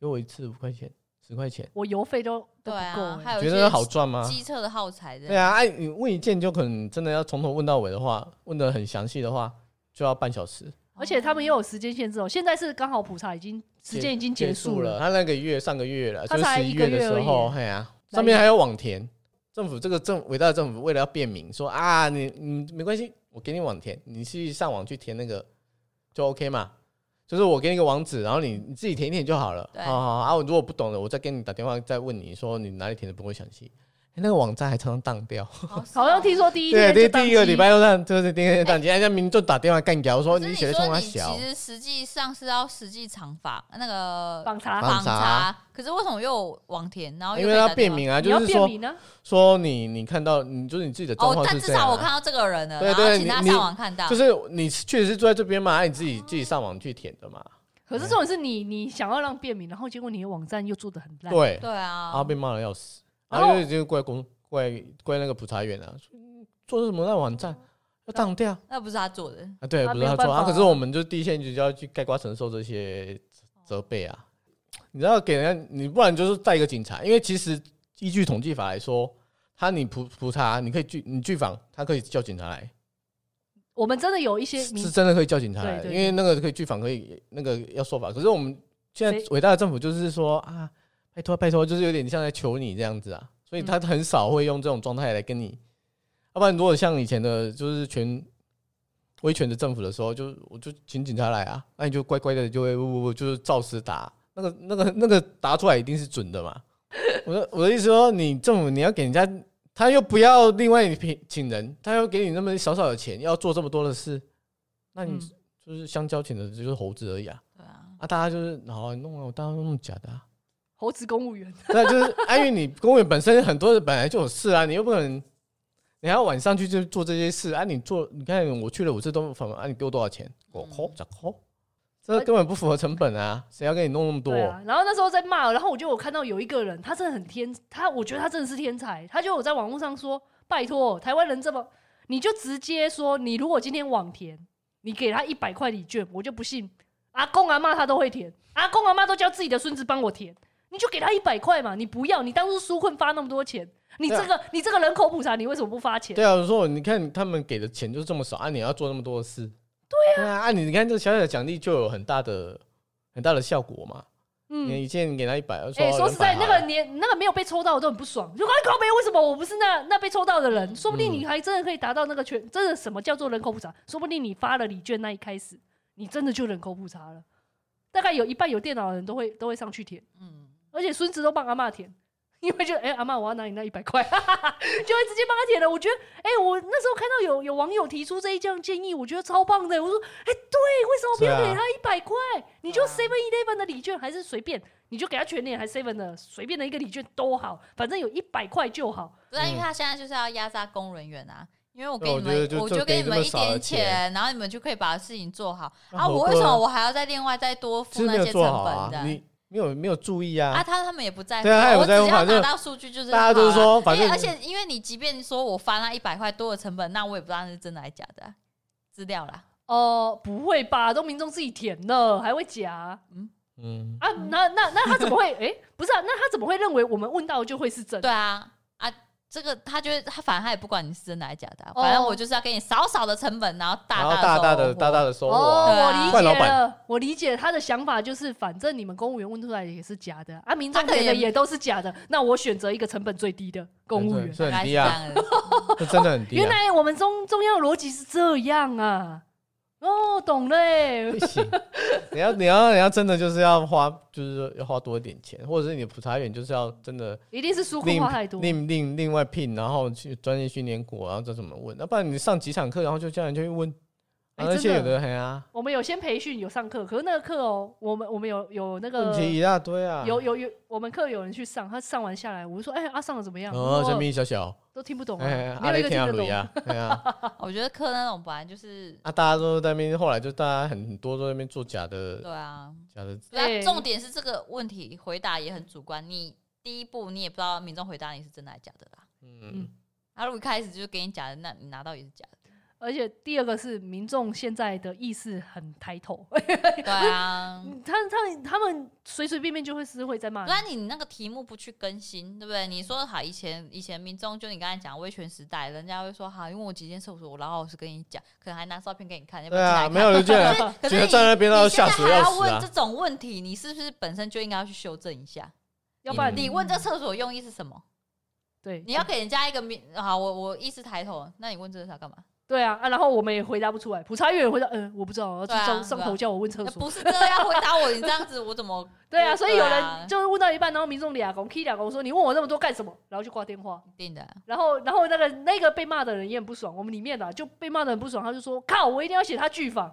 给我一次五块钱、十块钱，
我邮费都都
对
不
啊
够、，欸
还有一
觉
些
得好赚吗？
机车的耗材这
对
样。
啊，哎、你问一件就可能真的要从头问到尾的话，问的很详细的话，就要半小时。
而且他们也有时间限制哦。现在是刚好普查已经时间已经结
束
束了，
他那个月上个月了，
他
就是
才
十
一个
月的
月
时
而已
候，哎呀、上面还有网填。政府这个政伟大的政府为了要便民，说啊，你你没关系，我给你网填，你去上网去填那个就 OK 嘛，就是我给你一个网址，然后你你自己填一填就好了。
对
好好好啊，我如果不懂的，我再跟你打电话再问你说你哪里填的不够详细。哎那个网站还常常当掉，
哦
好像听说 第一
对，
天
第
就
第一个礼拜都当，就是第一天当机，人家民众打电话干掉，说
可
你
是
写的冲
说
他
你
小
其，实实际上是要实际长访那个
访查，
访查
访查，可是为什么又网填，然后又
因为
可以
他
打电
便
话
民啊，
你
就
要
是
便
说
民呢？
说你你看到你就是你自己的状
哦，
况
但
是
至
这样、
少我
啊
看。到这个人了，
对
然后
对
请
你
他
你
上网看到，
就是你确实是住在这边嘛，啊你自己自己上网去填的嘛。
可是重点是你，你想要让便民，然后结果你的网站又做的很烂。
对，
对
然
啊
后，被骂的要死，
然
然
后
后就就怪公怪怪那个普查员啊，说嗯做什么那网站要当掉
那不是他做的，
啊？对，
啊
不是他
没有
做
办
啊，
法啊
可是我们就第一线就要去盖瓜承受这些责备啊。你知道给人家，你不然就是带一个警察，因为其实依据统计法来说，他你普普查，你可以拒你拒访，他可以叫警察来。
我们真的有一些
是
民
是真的可以叫警察来，
对对
因为那个可以拒访，可以那个要说法。可是我们现在
谁
伟大的政府就是说啊，拜托拜托，就是有点像在求你这样子啊，所以他
嗯
很少会用这种状态来跟你。要不然，如果像以前的，就是全威权的政府的时候，就我就请警察来啊，那你就乖乖的就会不不不，就是照实打，那个那个那个答出来一定是准的嘛。我的我的意思说，你政府你要给人家，他又不要另外你聘请人，他又给你那么少少的钱，要做这么多的事，那你
嗯
就是香蕉请的就是猴子而已啊！
对啊，
啊，大家就是好啊，弄啊，我大家都弄假的、啊，
猴子公务员，
那就是啊，因为你公务员本身很多人本来就有事啊，你又不可能，你还要晚上去就做这些事啊，你做你看我去了五次都反啊，你给我多少钱？我扣咋扣？这根本不符合成本啊，谁要给你弄那么多？
对啊。然后那时候在骂，然后我就有看到有一个人，他真的很天，他我觉得他真的是天才，他就有在网络上说，拜托台湾人这么，你就直接说，你如果今天网填，你给他一百块礼券，我就不信，阿公阿妈他都会填，阿公阿妈都叫自己的孙子帮我填，你就给他一百块嘛，你不要，你当初纾困发那么多钱，你
对啊
这个你这个人口普查，你为什么不发钱？
对啊，我说你看他们给的钱就这么少啊，你要做那么多的事，对啊，啊你你看这小小的奖励就有很大的很大的效果嘛。
嗯
你一件给他一百，
哎、
说
说实在，
200
那个连那个没有被抽到的都很不爽，就哎，高没为什么我不是那那被抽到的人？说不
嗯
定你还真的可以达到那个全，真的什么叫做人口普查？说不定你发了礼券那一开始，你真的就人口普查了。大概有一半有电脑的人都会都会上去填，
嗯，
而且孙子都帮阿嬷填，因为就哎、阿嬷我要拿你那一百块，就会直接帮他填了。我觉得哎、我那时候看到有有网友提出这一项建议，我觉得超棒的。我说哎、对，为什么不要
对啊
给他一百块？你就
对
Seven
啊
Eleven 的礼券还是随便，你就给他全脸还 seven 的，随便的一个礼券都好，反正有一百块就好。
不然，因为
嗯
他现在就是要压榨工人员啊。因为我给
对我
你
觉得
们，
就
我
就
就
给
给
这
你
么
们一
少的
点
钱
钱，然后你们就可以把事情做好
那
啊！
何
我为什
况
么我还要再另外再多付
是没
那
有
些成
做好啊，
本
你没有没有注意啊
的啊？，他他们也不在乎，
对啊他也不
我只
在乎
要
反
拿
正
到数据就是
大家
好
都是
啊
说反
因为
正
而且因为你即便说我发那一百块多的成本，那我也不知道那是真的还是假的啊资料啦。
哦，不会吧？都民众自己填了，还会假啊？
嗯，
那那那他怎么会？诶， 不是啊，那他怎么会认为我们问到就会是真？
对啊啊，这个他觉得他反正他也不管你是真的还是假的啊、
哦
反正我就是要给你少少的成本，然后大
然后
大
大大的
的收获
大大的收获
哦，
啊，
对啊
我
换
理
老
解
板
了，我理解他的想法就是，反正你们公务员问出来也是假的，啊，民众
他可
给的
以
也都是假的，那我选择一个成本最低的公务员。
这很
大概是
低
这
啊，
样的。
这真的很低
原
啊，
来我们中中央的逻辑是这样啊，哦，懂 嘞
不。行，你要你要你要真的就是要花，就是说要花多一点钱，或者是你的普查员就是要真的
一定是纾困
另
花太多。
另另另外聘，然后去专业训练过，然后再怎么问，那不然你上几场课，然后就叫人就去问，
哎
啊而且有
真的
的很啊，
我们有先培训，有上课，可是那个课哦，我们我们有有那
问
个
题一大堆啊，
有有有，我们课有人去上，他上完下来，我就说，哎、啊上的怎么样？
哦，
他
神
说
秘小小，
都听不懂、啊，
哎，
没
阿
有一
雷
个
天
听
啊，
得
鲁
懂。
呀，哎呀。
我觉得课那种本 来就是
啊，大家都在那边，后来就大家很多都在那边做假的
对啊，
假的，
对啊
对
重点是这个问题回答也很主观，你第一步你也不知道民众回答你是真的还是假的啦。
嗯，
他如果一开始就给你假的，那你拿到也是假的。
而且第二个是民众现在的意识很抬头，
对啊，
他他们他们随随便便就会是会在骂
不
你。
然你那个题目不去更新，对不对？你说好，以前以前民众就你刚才讲威权时代，人家会说好，因为我几件事我说我老老实跟你讲，可能还拿照片给你看，要不
对
要进
啊，
来看
没有人进来，觉
可是
得
你
站在那边都
你
吓
现在
死
还
要
要
死
问
啊
这！种问题，你是不是本身就应该要去修正一下？
要不然
你问这厕所用意是什么？
对
你要给人家一个明好，我我意识抬头，那你问这个啥干嘛？
对啊啊，然后我们也回答不出来，普查员也回答，嗯、我不知道，我要去
对啊
上、
对
上
啊
头叫我问厕
那
所。
不是这样回答我，你这样子我怎么？
对啊，所以有人
啊
就是问到一半，然后民众俩公 K 俩公说：“你问我那么多干什么？”然后就挂电话。
一定的啊，
然后，然后那个那个被骂的人也很不爽，我们里面的、啊就被骂的很不爽，他就说：“靠，我一定要写他剧访。”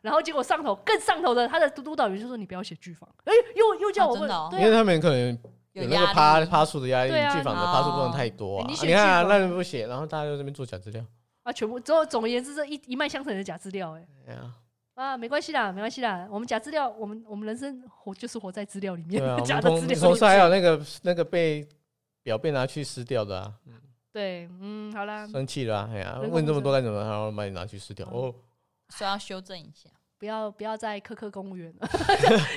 然后结果上头更上头的他的督督导员就说：“你不要写剧访。”哎，又又叫我问，
哦真的哦
因
对
为
啊，
他们可能 有那
压
个
力
趴趴数的压力，
对啊
剧坊的趴数不能太多啊。
哦
啊
你选
你看啊，
剧坊
那人不写，然后大家就在那边做假资料。
啊全部总总而言之，这一一脉相承的假资料、哎
哎呀，
啊，没关系啦，没关系啦，我们假资料，我们我们人生活就是活在资料里面，
对啊，我
假
们
的资
同
料。
同时还有那个那个被表被拿去撕掉的啊，
对，嗯，好啦，
生气了啊，哎呀，
人工
问这么
智
多干什么？然后把你拿去撕掉哦，
所以要修正一下。
不要不要再苛刻公务员 了，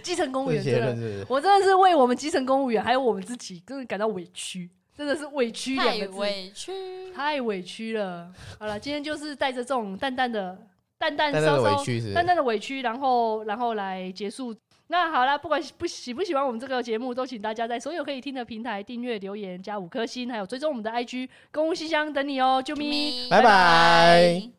基层公务
这
员
些
真的
认识
我真的是为我们基层公务员还有我们自己，真的感到委屈，真的是委屈两
太
个字，
委屈，
太委屈了。好了，今天就是带着这种淡淡的、淡淡
淡淡
稍
的
稍
委、屈是不
淡
是，
淡的委屈，然后然后来结束。那好啦，不管喜不喜不喜欢我们这个节目，都请大家在所有可以听的平台订阅、留言、加五颗星，还有追踪我们的 IG 公务信箱等你哦、救命！
拜拜